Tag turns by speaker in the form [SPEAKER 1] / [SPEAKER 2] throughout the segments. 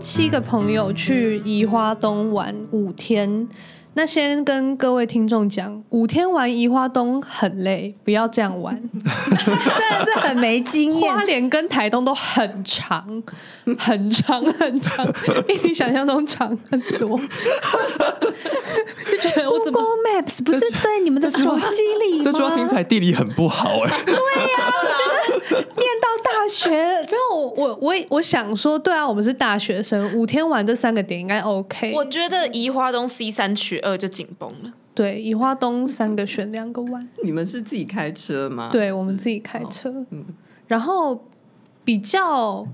[SPEAKER 1] 七个朋友去宜花东玩五天。那先跟各位听众讲，五天玩宜花东很累，不要这样玩。
[SPEAKER 2] 真的是很没经验
[SPEAKER 1] 花。莲跟台东都很长，很长，很长， 比你想象中长很多。就觉得我怎么
[SPEAKER 2] Google Maps 不是在你们的手机里吗？
[SPEAKER 3] 这句话听起来地理很不好哎、
[SPEAKER 2] 念到大学，
[SPEAKER 1] 没有，我我我我想说，对啊，我们是大学生，五天玩这三个点应该 OK。
[SPEAKER 4] 我觉得
[SPEAKER 5] 嗯
[SPEAKER 4] 宜花东 C 三取二就紧绷 了。
[SPEAKER 1] 对，宜花东三个选两个玩，
[SPEAKER 5] 你们是自己开车吗？，
[SPEAKER 1] 对我们自己开车，然后比较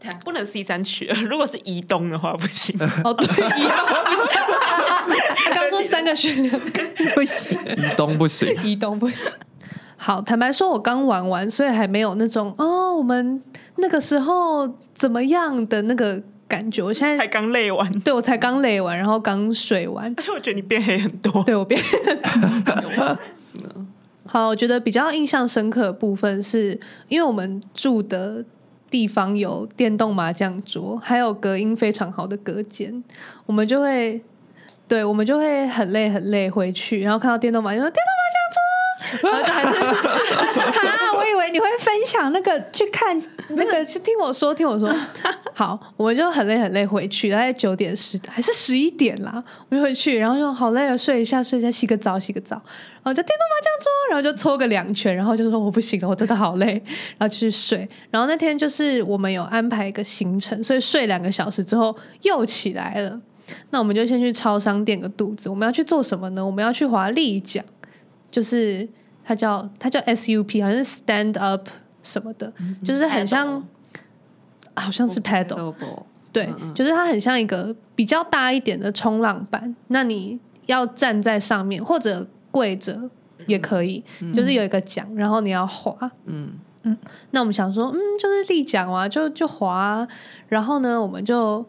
[SPEAKER 4] 等下不能 C 三取二， 如果是移东的话不行。
[SPEAKER 5] 嗯
[SPEAKER 1] 哦，对，宜东不行，他 刚说三个选两个不行，
[SPEAKER 3] 欸，移东不行，
[SPEAKER 1] 移动不行。好，坦白说，我刚玩完，所以还没有那种哦，我们那个时候怎么样的那个感觉。我现
[SPEAKER 4] 才
[SPEAKER 1] 在
[SPEAKER 4] 刚累完，
[SPEAKER 1] 对我才刚累完，然后刚睡完，
[SPEAKER 4] 而且我觉得你变黑很 多。
[SPEAKER 1] 对我变。好，我觉得比较印象深刻的部分是，因为我们住的地方有电动麻将桌，还有隔音非常好的隔间，我们就会，对我们就会很累很累回去，然后看到电动麻将桌，电动麻将桌，然后就还是
[SPEAKER 2] 哈，我以为你会分享那个去看那
[SPEAKER 1] 那
[SPEAKER 2] 个
[SPEAKER 1] 个是听我说，听我说。好，我们就很累很累回去，大概九点十还是十一点啦，我就回去，然后就好累了，啊睡一下，睡一下，洗个澡，洗个澡，然后就电动麻将桌，然后就抽个两圈，然后就说我不行了，我真的好累，然后就去睡。然后那天就是我们有安排一个行程，所以睡两个小时之后又起来了。那我们就先去超商垫个肚子。我们要去做什么呢？我们要去滑立桨，就是它叫它叫 SUP，好像是 Stand Up 什么的，就是很像，好像是嗯 paddle，对，就是它很像一个比较大一点的冲浪板，那你要站在上面或者跪着也可以，就是有一个桨，然后你要滑，嗯嗯。那我们想说，嗯，就是立桨啊，就就滑、啊。然后呢，我们就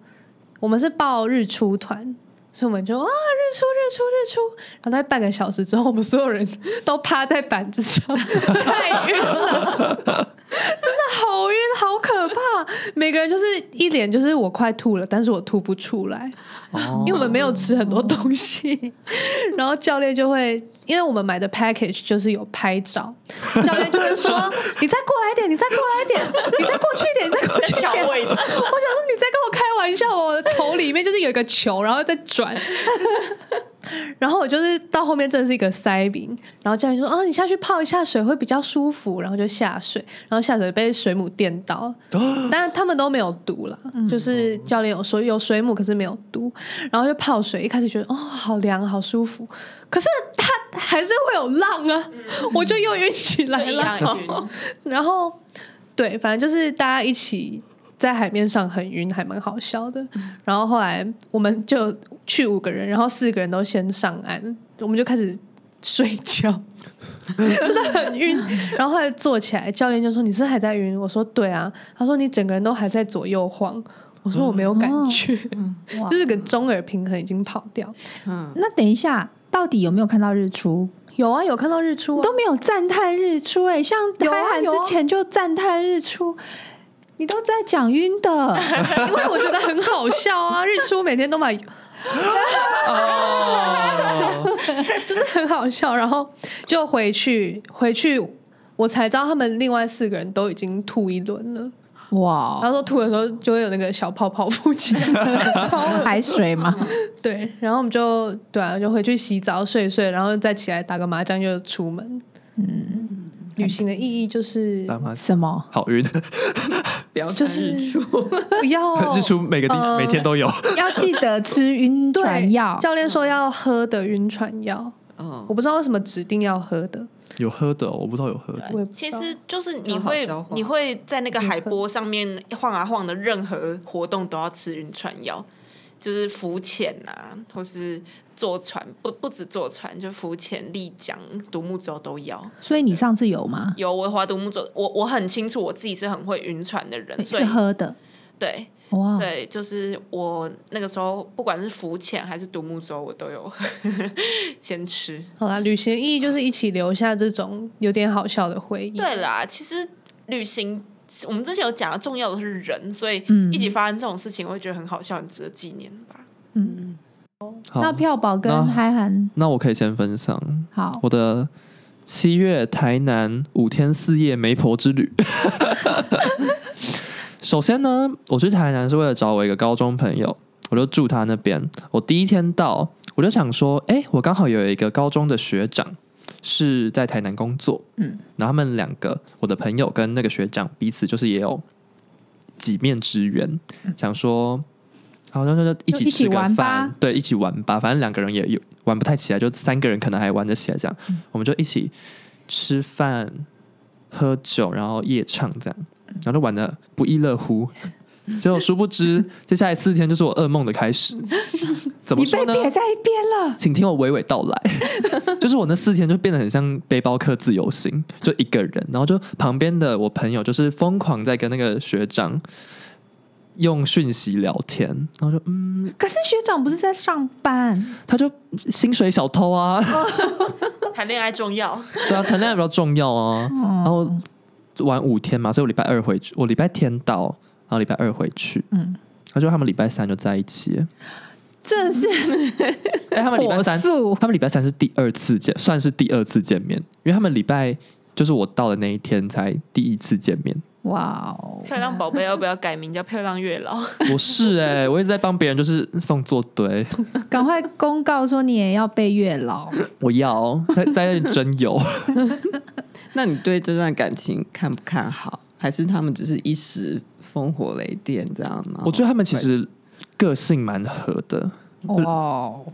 [SPEAKER 1] 我们是报日出团。所以我们就啊，日出，日出，日出。然后在半个小时之后，我们所有人都趴在板子上，太晕了。好晕，好可怕！每个人就是一脸就是我快吐了，但是我吐不出来，因为我们没有吃很多东西。然后教练就会，因为我们买的 package 就是有拍照，教练就会说：“ 你再过来一点，你再过来一点，你再过去一点，你再过去一
[SPEAKER 4] 调
[SPEAKER 1] 点。”
[SPEAKER 4] 味的，
[SPEAKER 1] 我想说你在跟我开玩笑，我的头里面就是有一个球，然后再转。然后我就是到后面真的是一个塞饼，然后教练说：“啊，你下去泡一下水会比较舒服。”然后就下水，然后下水被水母电到，但他们都没有毒啦，就是教练有说有水母，可是没有毒。然后就泡水，一开始觉得哦好凉好舒服，可是它还是会有浪啊，我就又晕起来了。然后对，反正就是大家一起在海面上很晕，还蛮好笑的。然后后来我们就去五个人，然后四个人都先上岸，我们就开始睡觉， 真的很晕。然后后来坐起来，教练就说：“你是还在晕？”我说：“对啊。”他说：“你整个人都还在左右晃。”我说：“我没有感觉，
[SPEAKER 2] 哇
[SPEAKER 1] 就是个中耳平衡已经跑掉。
[SPEAKER 5] 嗯，
[SPEAKER 2] 那等一下，到底有没有看到日出？”
[SPEAKER 1] 有啊，有看到日出
[SPEAKER 2] 你
[SPEAKER 1] 啊，
[SPEAKER 2] 都没有赞叹日出哎、像
[SPEAKER 1] 有啊
[SPEAKER 2] 开喊之
[SPEAKER 1] 有啊
[SPEAKER 2] 前就赞叹日出，你都在讲晕的，
[SPEAKER 1] 因为我觉得很好笑啊，日出每天都买。
[SPEAKER 3] 哦，
[SPEAKER 1] 就是很好笑。然后就回去，回去我才知道他们另外四个人都已经吐一轮了。
[SPEAKER 2] 哇，
[SPEAKER 1] 然后说吐的时候就会有那个小泡泡浮起来，超恶
[SPEAKER 2] 海水嘛，
[SPEAKER 1] 对。然后我们就对啊，就回去洗澡睡一睡，然后再起来打个麻将就出门。嗯，旅行的意义就是
[SPEAKER 3] 大妈
[SPEAKER 2] 什么？
[SPEAKER 3] 好晕，
[SPEAKER 5] 不要看
[SPEAKER 1] 就是
[SPEAKER 5] 日出，
[SPEAKER 1] 不要
[SPEAKER 3] 日出每个地、
[SPEAKER 1] 呃
[SPEAKER 3] 每天都有，
[SPEAKER 2] 要记得吃晕船
[SPEAKER 1] 对
[SPEAKER 2] 药，
[SPEAKER 1] 教练说要喝的晕船药，
[SPEAKER 5] 哦
[SPEAKER 1] 我不知道为什么指定要喝的，
[SPEAKER 3] 有喝的哦、我不知道有喝的。
[SPEAKER 1] 我也不
[SPEAKER 4] 其
[SPEAKER 1] 知道
[SPEAKER 4] 实就是你
[SPEAKER 5] 好
[SPEAKER 4] 会
[SPEAKER 5] 消化
[SPEAKER 4] 你会在那个海波上面晃啊晃的，任何活动都要吃晕船药，就是浮潜啊，或是坐船，不不止坐船，就浮潜、立桨、独木舟都要。
[SPEAKER 2] 所以你上次有吗？
[SPEAKER 4] 有我划独木舟，我我很清楚我自己是很会晕船的人，所以
[SPEAKER 2] 是喝的
[SPEAKER 4] 对
[SPEAKER 1] 嗯
[SPEAKER 2] 哇，
[SPEAKER 4] 对，就是我那个时候不管是浮潜还是独木舟，我都有 先吃。
[SPEAKER 1] 好啦，旅行意义就是一起留下这种有点好笑的回忆。
[SPEAKER 4] 对啦，其实旅行我们之前有讲到，重要的是人，所以
[SPEAKER 2] 嗯
[SPEAKER 4] 一起发生这种事情，我会觉得很好笑，很值得纪念吧。
[SPEAKER 2] 嗯，
[SPEAKER 3] 好，
[SPEAKER 2] 那票宝
[SPEAKER 3] 那
[SPEAKER 2] 跟嗨涵
[SPEAKER 3] 那我可以先分享
[SPEAKER 2] 好，
[SPEAKER 3] 我的七月台南五天四夜媒婆之旅。 首先呢，我去台南是为了找我一个高中朋友，我就住他那边。我第一天到，我就想说，哎、我刚好有一个高中的学长是在台南工作，
[SPEAKER 2] 嗯，
[SPEAKER 3] 然后他们两个，我的朋友跟那个学长彼此就是也有几面之缘，想说。好像就就
[SPEAKER 2] 嗯
[SPEAKER 3] 一
[SPEAKER 2] 就
[SPEAKER 3] 起
[SPEAKER 2] 一起
[SPEAKER 3] 吃个
[SPEAKER 2] 玩吧
[SPEAKER 3] 饭，对，一起玩吧。反正两个人也有玩不太起来，就三个人可能还玩得起来这样。
[SPEAKER 2] 嗯
[SPEAKER 3] 我们就一起吃饭、喝酒，然后夜唱这样，然后就玩的不亦乐乎。结果殊 不知，接下来四天就是我噩梦的开始。怎么
[SPEAKER 2] 你被
[SPEAKER 3] 说呢？
[SPEAKER 2] 撇在一边了，
[SPEAKER 3] 请听我娓娓道来。 就是我那四天就变得很像背包客自由行，就一个人，然后就旁边的我朋友就是疯狂在跟那个学长用讯息聊天，然后就嗯，
[SPEAKER 2] 可是学长不是在上班，
[SPEAKER 3] 他就薪水小偷啊，
[SPEAKER 4] 谈恋爱 重要，
[SPEAKER 3] 对啊，谈恋爱比较重要啊。然后玩五天嘛，所以我礼拜二回去，我礼拜天到，然后礼拜二回去，
[SPEAKER 2] 嗯，
[SPEAKER 3] 他说他们礼拜三就在一起了，
[SPEAKER 2] 这是
[SPEAKER 4] 嗯
[SPEAKER 3] 哎、他们礼拜
[SPEAKER 2] 火
[SPEAKER 3] 三
[SPEAKER 2] 速，
[SPEAKER 3] 他们礼拜三是第二次见，算是第二次见面，因为他们礼拜就是我到的那一天才第一次见 面。
[SPEAKER 2] 哇哦，
[SPEAKER 4] 漂亮宝贝要不要改名叫漂亮月老？
[SPEAKER 3] 我是哎、我一直在帮别人就是送作堆，
[SPEAKER 2] 赶快公告说你也要被月 老，
[SPEAKER 3] 我要在在真 有，
[SPEAKER 5] 那你对这段感情看不看好？还是他们只是一时烽火雷电这样呢？
[SPEAKER 3] 我觉得他们其实个性蛮合的，
[SPEAKER 2] 哇哦，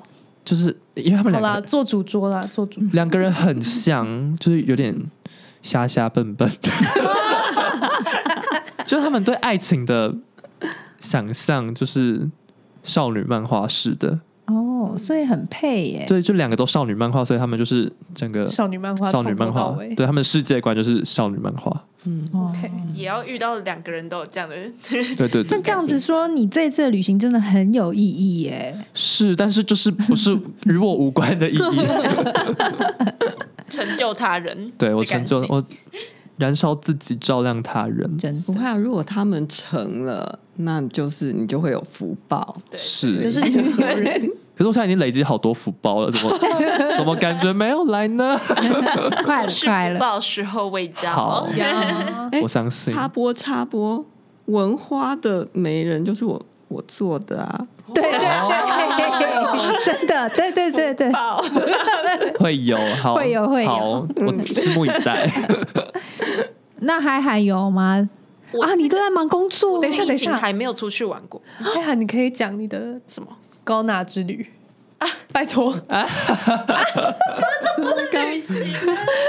[SPEAKER 3] 就是因为他们
[SPEAKER 1] 好
[SPEAKER 3] 两
[SPEAKER 1] 啦，
[SPEAKER 3] 个嗯
[SPEAKER 1] 做主桌啦，做主。
[SPEAKER 3] 两个人很像，就是有点瞎瞎笨笨 的，就是他们对爱情的想象就是少女漫画式的，
[SPEAKER 2] 哦，所以很配耶，
[SPEAKER 3] 对，就两个都少女漫画，所以他们就是整个
[SPEAKER 1] 少女漫画，
[SPEAKER 3] 少女漫画，对他们的世界观就是少女漫画，
[SPEAKER 2] 哦
[SPEAKER 1] OK
[SPEAKER 4] 也要遇到两个人都有这样的，
[SPEAKER 3] 对对对
[SPEAKER 2] 那，这样子说，你这次的旅行真的很有意义耶！
[SPEAKER 3] 是，但是就是不是与我无关的意义，
[SPEAKER 4] 成就 他人。
[SPEAKER 3] 对我成就
[SPEAKER 4] 的感性
[SPEAKER 3] 我燃烧自己，照亮他人，
[SPEAKER 2] 真
[SPEAKER 5] 不
[SPEAKER 2] 的，
[SPEAKER 5] 会啊，如果他们成了，那就是你就会有福报。
[SPEAKER 4] 对
[SPEAKER 3] 是，
[SPEAKER 1] 就是女友人，
[SPEAKER 3] 可是我现在已经累积好多福报了，怎么怎么感觉没有来呢？
[SPEAKER 2] 快了
[SPEAKER 4] 是
[SPEAKER 2] 快了，
[SPEAKER 4] 报时候未到
[SPEAKER 3] 好。
[SPEAKER 1] 哦呀
[SPEAKER 5] 哎
[SPEAKER 3] 我相信，
[SPEAKER 5] 插播插播，文花的媒人就是我我做的啊，
[SPEAKER 2] 对对对，真的，对对对对，
[SPEAKER 4] 报
[SPEAKER 3] 会有，好，
[SPEAKER 2] 会有会有
[SPEAKER 3] 好，我拭目以待。
[SPEAKER 2] 那还还有吗？
[SPEAKER 4] 我
[SPEAKER 2] 啊，你都在忙工作，
[SPEAKER 1] 等一下等一下
[SPEAKER 4] 还没有出去玩过
[SPEAKER 1] 哎呀，你可以讲你的
[SPEAKER 4] 什么？
[SPEAKER 1] 高娜之旅拜 托
[SPEAKER 3] 啊
[SPEAKER 4] 旅行，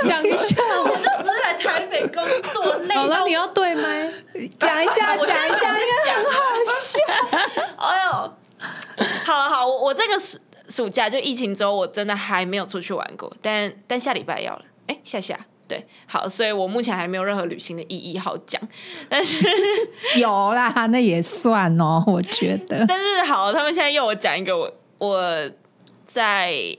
[SPEAKER 1] 讲一下。
[SPEAKER 4] 我就只是来台北工作，累
[SPEAKER 1] 好了，
[SPEAKER 4] 到
[SPEAKER 1] 你要对麦，
[SPEAKER 2] 讲一下，
[SPEAKER 4] 我现
[SPEAKER 2] 讲
[SPEAKER 4] 在
[SPEAKER 2] 一下，
[SPEAKER 4] 很好笑。 哎呦，好好，我我这个暑暑假就疫情之后，我真的还没有出去玩过，但但下礼拜要了。哎、下下对，好，所以我目前还没有任何旅行的意义好讲，但是
[SPEAKER 2] 有啦，那也算哦，我觉得
[SPEAKER 4] 但是好，他们现在要我讲一个我我在。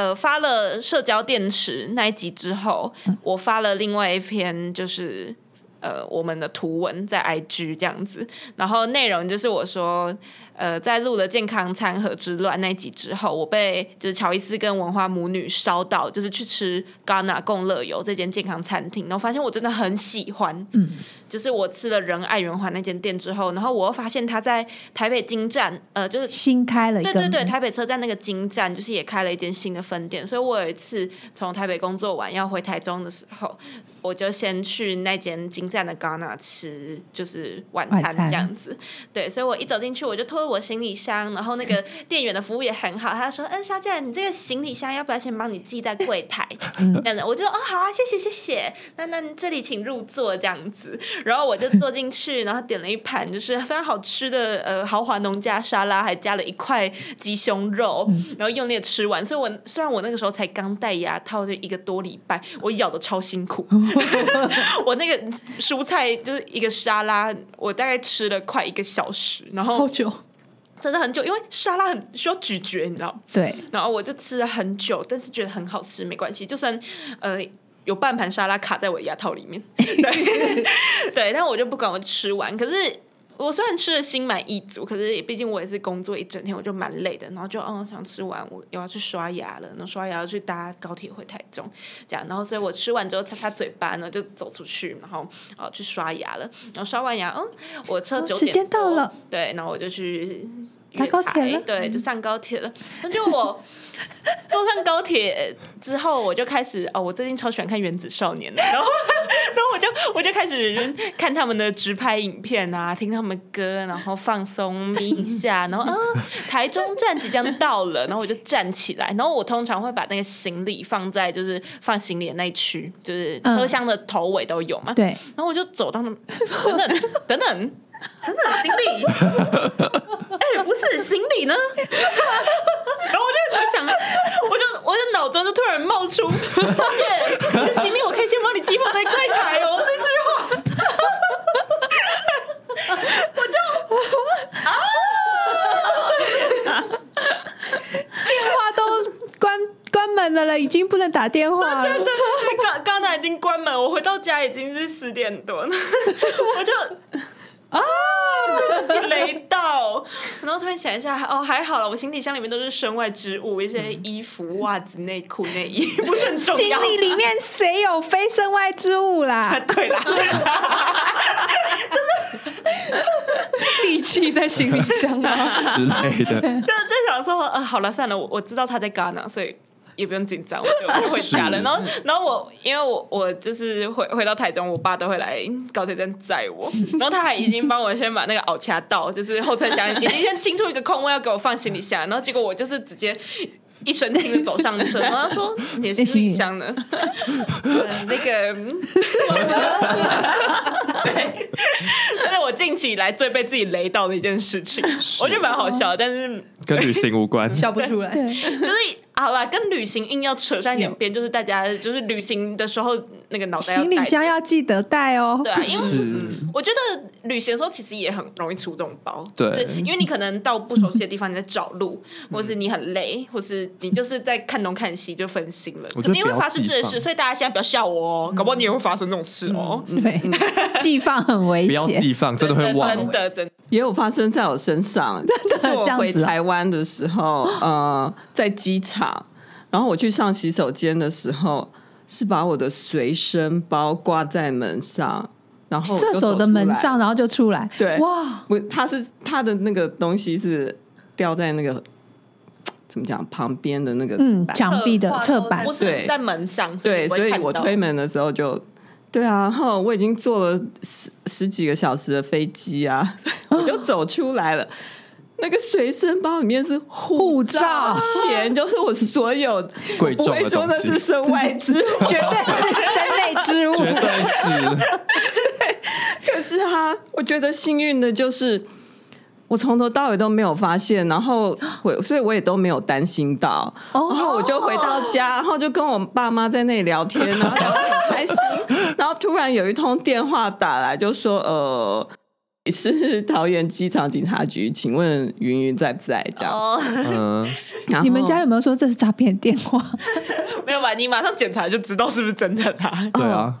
[SPEAKER 4] 呃，发了社交电池那一集之后，我发了另外一篇，就是呃我们的图文在 IG 这样子，然后内容就是我说，呃，在录了健康餐盒之乱那一集之后，我被就是乔伊斯跟文化母女烧到，就是去吃 Ghana 共乐游这间健康餐厅，然后发现我真的很喜欢，
[SPEAKER 2] 嗯，
[SPEAKER 4] 就是我吃了仁爱圆环那间店之后，然后我又发现他在台北金站，呃，就是
[SPEAKER 2] 新开了一
[SPEAKER 4] 对
[SPEAKER 2] 个，
[SPEAKER 4] 对对，台北车站那个嗯金站就是也开了一间新的分店，所以我有一次从台北工作完要回台中的时候，我就先去那间金站的 Ghana 吃就是晚餐
[SPEAKER 2] 晚餐
[SPEAKER 4] 这样子。 对，所以我一走进去我就拖着我行李箱，然后那个店员的服务也很好，他就说：“嗯，小姐，你这个行李箱要不要先帮你寄在柜台？”这样子，我就说：“哦，好啊，谢谢谢谢。那那这里请入座这样子。”然后我就坐进去，然后点了一盘就是非常好吃的呃豪华农家沙拉，还加了一块鸡胸肉，然后用力地吃完。所以我虽然我那个时候才刚戴牙套就一个多礼拜，我咬的超辛苦。我那个蔬菜就是一个沙拉，我大概吃了快一个小时，然
[SPEAKER 1] 好
[SPEAKER 4] 后
[SPEAKER 1] 久，
[SPEAKER 4] 真的很久，因为沙拉很需要咀嚼，你知道吗。
[SPEAKER 2] 对
[SPEAKER 4] 然后我就吃了很久，但是觉得很好吃，没关系，就算呃。有半盘沙拉卡在我的牙套里面， 对 对，但我就不管，我吃完。可是我虽然吃的心满意足，可是毕竟我也是工作一整天，我就蛮累的，然后就嗯想吃完，我又要去刷牙了，然后刷牙要去搭高铁回台中，这样，然后所以我吃完之后擦擦嘴巴呢，就走出去，然后哦去刷牙了，然后刷完牙，嗯，我车
[SPEAKER 2] 哦
[SPEAKER 4] 九
[SPEAKER 2] 时
[SPEAKER 4] 点
[SPEAKER 2] 间到
[SPEAKER 4] 多
[SPEAKER 2] 了，
[SPEAKER 4] 对，然后我就去
[SPEAKER 2] 搭
[SPEAKER 4] 月
[SPEAKER 2] 高铁
[SPEAKER 4] 台
[SPEAKER 2] 了嗯
[SPEAKER 4] 对，就上高铁了。 那就 我坐上高铁之后，我就开始哦，我最近超喜欢看《原子少年》的，然后 然后我就我就开始看他们的直拍影片啊，听他们歌，然后放松眯一下， 然后啊，台中站即将到了，然后我就站起来，然后我通常会把那个行李放在就是放行李的那一区，就是
[SPEAKER 2] 嗯
[SPEAKER 4] 车厢的头尾都有嘛，
[SPEAKER 2] 对，
[SPEAKER 4] 然后我就走到那，等等等等等等，行李，哎、不是行李呢？然后我就想，我就我就脑中就突然冒出，小姐，你的行李我可以先帮你寄放在柜台哦，这句话。
[SPEAKER 2] 电话都关 关门了了，已经不能打电话了。
[SPEAKER 4] 对刚刚才已经关门，我回到家已经是十点多了，我就啊被自己雷到，然后突然想一下，哦还好了，我行李箱里面都是身外之物，一些衣服、袜子、内裤、内衣，不是很重
[SPEAKER 2] 行
[SPEAKER 4] 要。
[SPEAKER 2] 李里面谁有非身外之物啦？
[SPEAKER 4] 对啦，
[SPEAKER 1] 地气在行李箱啊，
[SPEAKER 3] 之类的，
[SPEAKER 4] 就就想说，呃，好了，算了，我我知道他在戛纳，所以。也不用紧张，我就我就回家了。
[SPEAKER 3] 是
[SPEAKER 4] 然后，然后我因为我我就是回回到台中，我爸都会来高铁站载我。然后他还已经帮我先把那个袄掐到，就是后车厢已经先清出一个空位要给我放行李箱。然后结果我就是直接一身轻的走上车，然后他说你的行李箱呢？ 呃那个， 嗯对， 那是我近期以来最被自己雷到的一件事情，我觉得蛮好笑的，但是
[SPEAKER 3] 跟旅行无关。
[SPEAKER 1] 笑不出来。
[SPEAKER 2] 对，
[SPEAKER 4] 就是好啦，跟旅行硬要扯上一点边，就是大家就是旅行的时候那个脑袋要
[SPEAKER 2] 行李
[SPEAKER 4] 带着
[SPEAKER 2] 箱要记得带哦
[SPEAKER 4] 对。啊，因为
[SPEAKER 3] 是
[SPEAKER 4] 我觉得旅行的时候其实也很容易出这种包，
[SPEAKER 3] 对
[SPEAKER 4] 就是因为你可能到不熟悉的地方你在找路，或是你很累，或是你就是在看东看西就分心了，
[SPEAKER 3] 我
[SPEAKER 4] 肯
[SPEAKER 3] 觉得
[SPEAKER 4] 定
[SPEAKER 3] 不
[SPEAKER 4] 会
[SPEAKER 3] 要
[SPEAKER 4] 发生
[SPEAKER 3] 急
[SPEAKER 4] 这些事，
[SPEAKER 3] 放
[SPEAKER 4] 所以大家现在不要笑我哦，搞不好你也会发生这种事哦，
[SPEAKER 2] 对，寄放很危
[SPEAKER 3] 不要
[SPEAKER 2] 险。
[SPEAKER 3] 寄放，真的会忘。
[SPEAKER 4] 真的真的
[SPEAKER 5] 也有发生在我 身上，就是我
[SPEAKER 2] 这样
[SPEAKER 5] 回
[SPEAKER 2] 子哦
[SPEAKER 5] 台湾的 时候，呃，在机场，然后我去上洗手间的时候，是把我的随身包挂在门上，然后我就
[SPEAKER 2] 厕所
[SPEAKER 5] 走
[SPEAKER 2] 的
[SPEAKER 5] 出
[SPEAKER 2] 门
[SPEAKER 5] 来
[SPEAKER 2] 上，然后就出来。
[SPEAKER 5] 对
[SPEAKER 2] 哇，
[SPEAKER 5] 不，它是它的那个东西是掉在那个怎么讲旁边的那个
[SPEAKER 2] 嗯，
[SPEAKER 5] 板
[SPEAKER 2] 墙壁的侧板
[SPEAKER 4] 我，是
[SPEAKER 5] 对
[SPEAKER 4] 在门上，
[SPEAKER 5] 对，
[SPEAKER 4] 所
[SPEAKER 5] 所
[SPEAKER 4] 以你
[SPEAKER 5] 以
[SPEAKER 4] 不
[SPEAKER 5] 我
[SPEAKER 4] 会看到
[SPEAKER 5] 推门的时候就，对啊，然后我已经坐了十十几个小时的飞机啊，我就走出来了。那个随身包里面是护
[SPEAKER 2] 护照
[SPEAKER 5] 钱就是我所有
[SPEAKER 3] 贵重
[SPEAKER 5] 我
[SPEAKER 3] 的
[SPEAKER 5] 不会说那
[SPEAKER 3] 东西
[SPEAKER 5] 是身外之物，
[SPEAKER 2] 绝对是身内之物。
[SPEAKER 3] 绝对是，
[SPEAKER 5] 可是他，我觉得幸运的就是我从头到尾都没有发现，然后我所以我也都没有担心到，
[SPEAKER 2] 哦
[SPEAKER 5] 然后我就回到家，然后就跟我爸妈在那里聊 天，然后聊得很开心，然后突然有一通电话打来，就说呃。你是桃园机场警察局，请问云云在不在？这样，
[SPEAKER 4] 哦，
[SPEAKER 3] 嗯，
[SPEAKER 5] 然后
[SPEAKER 2] 你们家有没有说这是诈骗电话？
[SPEAKER 4] 没有吧？你马上检查就知道是不是真的啦。
[SPEAKER 3] 对啊，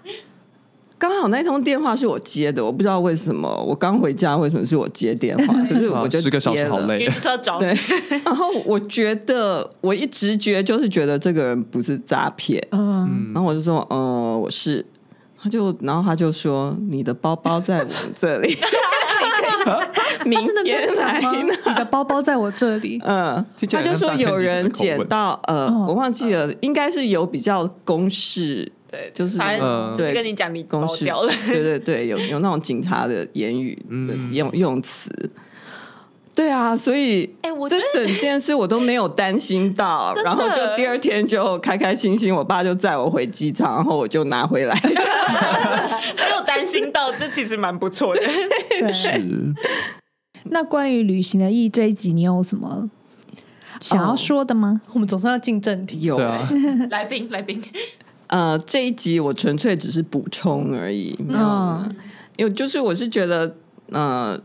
[SPEAKER 5] 刚好那通电话是我接的，我不知道为什么，我刚回家为什么是我接电 话？可是我就
[SPEAKER 3] 十个小
[SPEAKER 5] 接
[SPEAKER 3] 时好
[SPEAKER 5] 了
[SPEAKER 4] 因
[SPEAKER 3] 累哦
[SPEAKER 4] 为。就是要找你
[SPEAKER 5] 对，然后我觉得我一直觉就是觉得这个人不是诈骗，
[SPEAKER 2] 嗯，
[SPEAKER 5] 然后我就说，嗯、我是。他就，然后他就说，你的包包在我们这里，明
[SPEAKER 1] 真的这
[SPEAKER 5] 天
[SPEAKER 1] 样
[SPEAKER 5] 来
[SPEAKER 1] 讲吗？
[SPEAKER 5] 拿。
[SPEAKER 1] 你的包包在我这里，
[SPEAKER 5] 嗯，
[SPEAKER 3] 听起
[SPEAKER 5] 他
[SPEAKER 3] 来
[SPEAKER 5] 就
[SPEAKER 3] 像
[SPEAKER 5] 说
[SPEAKER 3] 诈骗
[SPEAKER 5] 有
[SPEAKER 3] 集团
[SPEAKER 5] 人
[SPEAKER 3] 的口
[SPEAKER 5] 捡
[SPEAKER 3] 吻
[SPEAKER 5] 到，呃，
[SPEAKER 2] 哦
[SPEAKER 5] 我忘记了，应该是有比较公示，
[SPEAKER 4] 对，
[SPEAKER 5] 就是
[SPEAKER 4] 反正
[SPEAKER 3] 嗯
[SPEAKER 4] 就是跟你讲，你
[SPEAKER 5] 公
[SPEAKER 4] 搞
[SPEAKER 5] 式
[SPEAKER 4] 掉了。
[SPEAKER 5] 对对对，有有那种警察的言语、的
[SPEAKER 3] 嗯
[SPEAKER 5] 用用词。对啊，所以
[SPEAKER 4] 哎我
[SPEAKER 5] 这
[SPEAKER 4] 觉得
[SPEAKER 5] 整件事我都没有担心到
[SPEAKER 4] 真，的
[SPEAKER 5] 然后就第二天就开开心心，我爸就载我回机场，然后我就拿回来。
[SPEAKER 4] 没有担心到，这其实蛮不错的。
[SPEAKER 2] 对。
[SPEAKER 3] 是
[SPEAKER 2] 那关于旅行的意义这一集，你有什
[SPEAKER 5] 哦
[SPEAKER 2] 么想要说的吗？
[SPEAKER 1] 我们总算要进正题。
[SPEAKER 5] 有
[SPEAKER 3] 对啊，
[SPEAKER 4] 来宾，来宾，
[SPEAKER 5] 呃，这一集我纯粹只是补充而已，没有
[SPEAKER 2] 嗯，
[SPEAKER 5] 因为就是我是觉得，呃，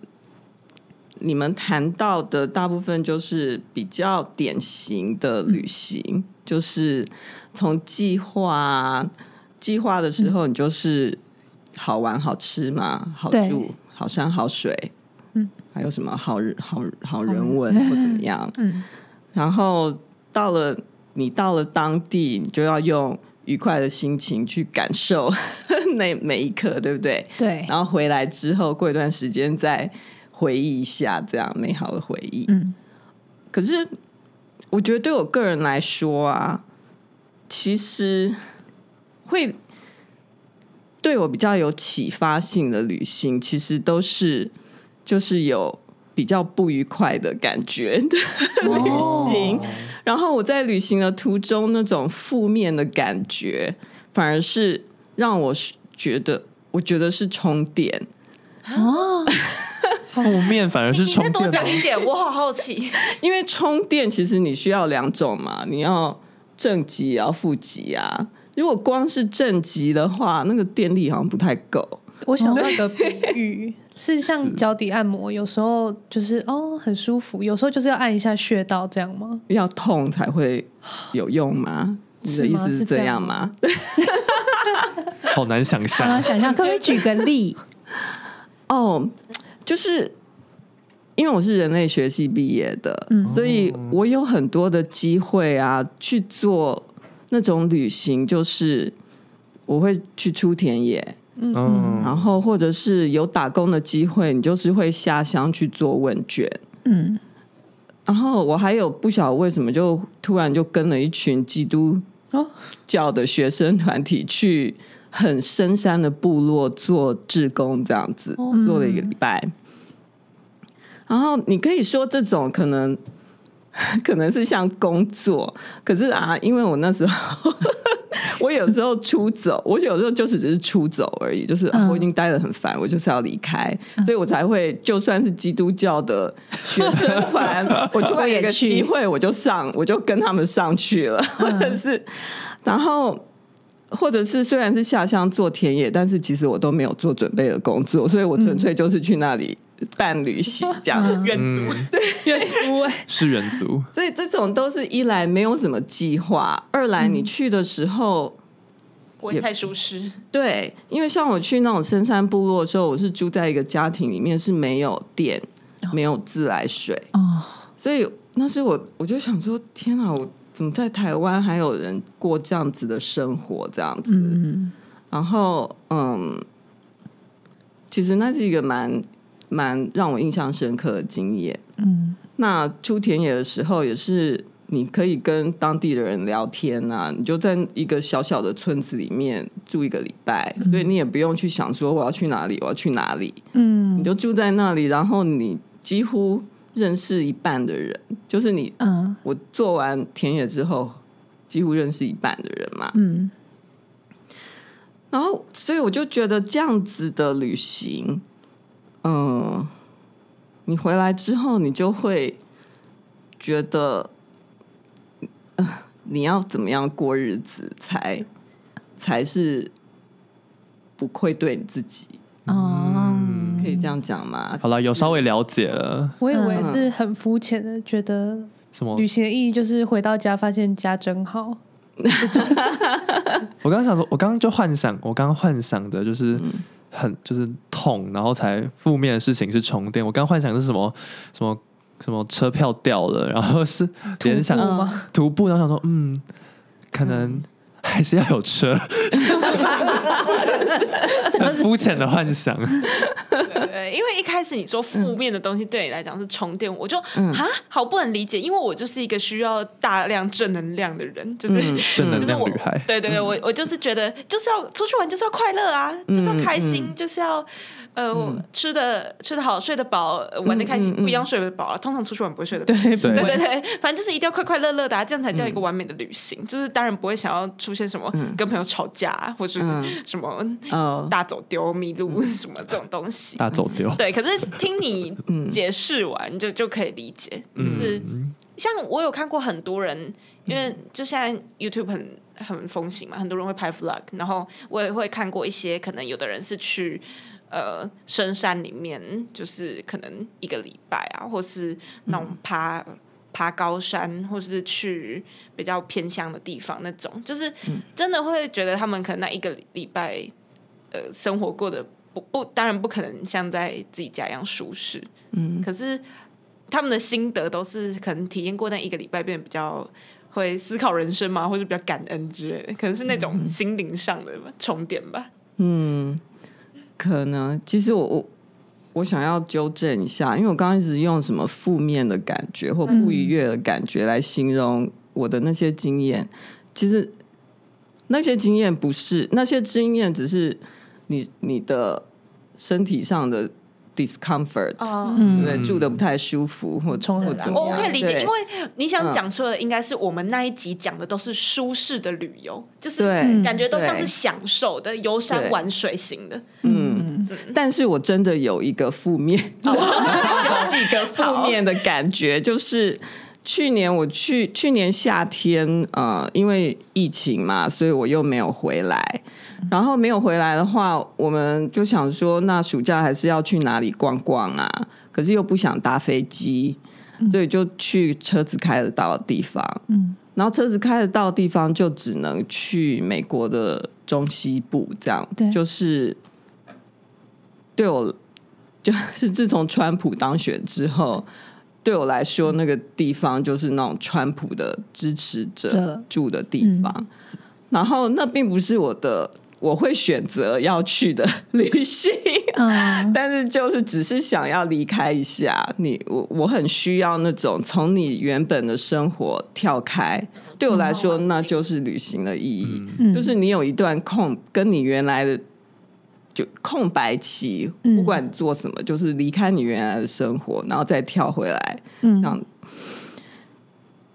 [SPEAKER 5] 你们谈到的大部分就是比较典型的旅行，就是从计划啊、计划的时候，你就是好玩、好吃嘛，好
[SPEAKER 2] 对
[SPEAKER 5] 住、好山、好水，
[SPEAKER 2] 嗯，
[SPEAKER 5] 还有什么好人、好好人文或怎么样？
[SPEAKER 2] 嗯，
[SPEAKER 5] 然后到了你到了当地，你就要用愉快的心情去感受 那每一刻，对不对？
[SPEAKER 2] 对，
[SPEAKER 5] 然后回来之后，过一段时间再回忆一下这样美好的回忆。
[SPEAKER 2] 嗯，
[SPEAKER 5] 可是我觉得对我个人来说啊，其实会对我比较有启发性的旅行，其实都是就是有比较不愉快的感觉的旅行。然后我在旅行的途中，那种负面的感觉，反而是让我是觉得，我觉得是充电。
[SPEAKER 2] 哦，
[SPEAKER 3] 负面反而是
[SPEAKER 4] 你再
[SPEAKER 3] 充
[SPEAKER 4] 多
[SPEAKER 3] 电哦
[SPEAKER 4] 讲一
[SPEAKER 3] 吗，
[SPEAKER 4] 点，我好好奇。
[SPEAKER 5] 因为充电其实你需要两种嘛，你要正极也要负极啊。如果光是正极的话，那个电力好像不太够。
[SPEAKER 1] 我想到一个比喻，是像脚底按摩，有时候就是哦很舒服，有时候就是要按一下穴道，这样 吗？
[SPEAKER 5] 要痛才会有用吗？你的
[SPEAKER 1] 是
[SPEAKER 5] 意
[SPEAKER 1] 吗
[SPEAKER 5] 思
[SPEAKER 1] 是
[SPEAKER 5] 这
[SPEAKER 1] 这样
[SPEAKER 5] 样
[SPEAKER 1] 吗
[SPEAKER 5] 吗？
[SPEAKER 3] 好难想
[SPEAKER 2] 刚刚
[SPEAKER 3] 象。
[SPEAKER 2] 想象，可不可以举个例？
[SPEAKER 5] 哦，就是因为我是人类学系毕业的，
[SPEAKER 2] 嗯
[SPEAKER 5] 所以我有很多的机会啊，去做那种旅行，就是我会去出田野，然
[SPEAKER 3] 嗯，
[SPEAKER 5] 后或者是有打工的机会，你就是会下乡去做问卷。
[SPEAKER 2] 嗯，
[SPEAKER 5] 然后我还有不晓得为什么就突然就跟了一群基督
[SPEAKER 1] 哦
[SPEAKER 5] 教的学生团体去很深山的部落做志工，这样子、做了一个礼拜。然后你可以说这种可能可能是像工作，可是啊，因为我那时候 我有时候出走，我有时候就是只是出走而已，就是、啊
[SPEAKER 2] 嗯
[SPEAKER 5] 我已经待得很烦，我就是要离开，所以我才会就算是基督教的学生 团，我就
[SPEAKER 2] 我
[SPEAKER 5] 会
[SPEAKER 2] 也
[SPEAKER 5] 有个
[SPEAKER 2] 去嗯
[SPEAKER 5] 机会，我就上，我就跟他们上去了， 或者是然后。或者是虽然是下乡做田野，但是其实我都没有做准备的工作，所以我
[SPEAKER 2] 嗯
[SPEAKER 5] 纯粹就是去那里办旅行这样。
[SPEAKER 4] 远足，
[SPEAKER 3] 嗯，
[SPEAKER 1] 月租哎，
[SPEAKER 3] 是人族，
[SPEAKER 5] 所以这种都是一来没有什么计划，二来你去的时候，
[SPEAKER 4] 不会太舒适。
[SPEAKER 5] 对，因为像我去那种深山部落的时候，我是住在一个家庭里面是没有电、没有自来水，
[SPEAKER 2] 哦，
[SPEAKER 5] 所以那时我我就想说，天啊，我怎么在台湾还有人过这样子的生活？这样子，
[SPEAKER 2] 嗯，
[SPEAKER 5] 然后嗯，其实那是一个蛮蛮让我印象深刻的经验。
[SPEAKER 2] 嗯，
[SPEAKER 5] 那出田野的时候也是。你可以跟当地的人聊天啊，你就在一个小小的村子里面住一个礼拜，所以你也不用去想说我要去哪里，我要去哪里，
[SPEAKER 2] 嗯，
[SPEAKER 5] 你就住在那里，然后你几乎认识一半的人，就是你
[SPEAKER 2] 嗯
[SPEAKER 5] 我做完田野之后，几乎认识一半的人嘛，
[SPEAKER 2] 嗯
[SPEAKER 5] 然后，所以我就觉得这样子的旅行，嗯，你回来之后，你就会觉得，呃你要怎么样过日子才才是不愧对你自己？嗯
[SPEAKER 2] 哦，
[SPEAKER 5] 可以这样讲吗？
[SPEAKER 3] 好了，有稍微了解了
[SPEAKER 1] 我以为
[SPEAKER 3] 嗯
[SPEAKER 1] 是很肤浅的，觉得
[SPEAKER 3] 什么
[SPEAKER 1] 旅？行的意义就是回到家发现家真好。
[SPEAKER 3] 我刚刚想说，我刚刚就幻想，我刚刚幻想的就是很就是痛，然后才负面的事情是重叠。我刚幻想的是什么什么什么车票掉了，然后是联想
[SPEAKER 1] 徒步吗
[SPEAKER 3] 徒步，然后想说，嗯，可能还是要有车，很肤浅的幻想。
[SPEAKER 4] 对，因为一开始你说负面的东西对你来讲是充电，我就啊好不能理解，因为我就是一个需要大量正能量的人，就是、
[SPEAKER 5] 嗯
[SPEAKER 3] 正能
[SPEAKER 4] 就是
[SPEAKER 3] 量
[SPEAKER 4] 我
[SPEAKER 3] 女孩，
[SPEAKER 4] 对对对，我我就是觉得就是要出去玩就是要快乐啊，就是要开心，就是要呃、吃的吃的好，睡得饱，呃玩的开心，
[SPEAKER 5] 嗯嗯
[SPEAKER 4] 不一样睡得饱啊。通常出去玩不会睡得饱。
[SPEAKER 1] 对
[SPEAKER 3] 对
[SPEAKER 4] 对对对， 反正就是一定要快快乐乐的、啊，这样才叫一个完美的旅行。就是当然不会想要出现什么跟朋友吵架、啊，或是
[SPEAKER 5] 嗯
[SPEAKER 4] 什么
[SPEAKER 5] 哦，
[SPEAKER 4] 大走丢、迷路什么这种东西。
[SPEAKER 3] 大走丢。
[SPEAKER 4] 对，可是听你解释完就就可以理解，就是
[SPEAKER 3] 嗯，
[SPEAKER 4] 像我有看过很多人，因为就现在 YouTube 很很风行嘛，很多人会拍 vlog，然后我也会看过一些，可能有的人是去呃深山里面，就是可能一个礼拜啊，或是那种爬。爬高山，或是去比较偏乡的地方那种，就是真的会觉得他们可能那一个礼拜，呃，生活过得不不，当然不可能像在自己家一样舒适，
[SPEAKER 5] 嗯，
[SPEAKER 4] 可是他们的心得都是可能体验过那一个礼拜，变得比较会思考人生嘛，或者比较感恩之类的，可能是那种心灵上的重点吧。
[SPEAKER 5] 嗯，可能其实我我我想要纠正一下，因为我刚刚一直用什么负面的感觉或不愉悦的感觉来形容我的那些经验，其实那些经验不是那些经验，只是你你的身体上的 discomfort，、
[SPEAKER 4] 哦
[SPEAKER 5] 对不
[SPEAKER 2] 嗯，
[SPEAKER 5] 对？
[SPEAKER 3] 嗯
[SPEAKER 5] 住的不太舒服或
[SPEAKER 2] 冲突
[SPEAKER 5] 或
[SPEAKER 2] 啦
[SPEAKER 5] 怎么
[SPEAKER 4] 我我
[SPEAKER 5] 样
[SPEAKER 4] 可以理解，
[SPEAKER 5] 嗯对嗯
[SPEAKER 4] 因为你想讲出的应该是我们那一集讲的都是舒适的旅游，就是
[SPEAKER 5] 对
[SPEAKER 2] 嗯
[SPEAKER 4] 感觉都像
[SPEAKER 5] 对
[SPEAKER 4] 是享受的游山玩水型的。
[SPEAKER 5] 嗯，但是我真的有一个负面，
[SPEAKER 2] 哦
[SPEAKER 5] 有几个负面的感觉，就是去年我去去年夏天，呃，因为疫情嘛，所以我又没有回来。然后没有回来的话，我们就想说，那暑假还是要去哪里逛逛啊？可是又不想搭飞机，所以就去车子开得到的地方。
[SPEAKER 2] 嗯
[SPEAKER 5] 然后车子开得到的地方就只能去美国的中西部，这样
[SPEAKER 2] 对
[SPEAKER 5] 就是对我 就是自从川普当选之后，对我来说那个地方就是那种川普的支持者
[SPEAKER 2] 这
[SPEAKER 5] 住的地方，然后那并不是我的我会选择要去的 旅行。
[SPEAKER 2] 嗯，
[SPEAKER 5] 但是就是只是想要离开一下你，我我很需要那种从你原本的生活跳开，对我来说
[SPEAKER 4] 嗯
[SPEAKER 5] 那就是旅行的意义，
[SPEAKER 2] 嗯
[SPEAKER 5] 就是你有一段空跟你原来的就空白期，
[SPEAKER 2] 嗯
[SPEAKER 5] 不管你做什么，就是离开你原来的生活，然后再跳回来，
[SPEAKER 2] 嗯
[SPEAKER 5] 这样。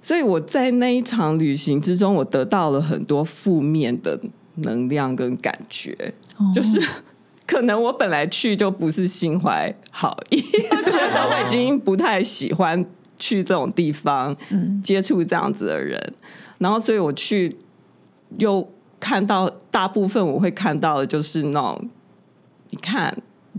[SPEAKER 5] 所以我在那一场旅行之中，我得到了很多负面的能量跟感觉。
[SPEAKER 2] 哦
[SPEAKER 5] 就是 可能我本来去就不是心怀好意， 觉得我已经不太喜欢去这种地方
[SPEAKER 2] 嗯
[SPEAKER 5] 接触这样子的人，然后所以我去又看到大部分我会看到的就是那种，你看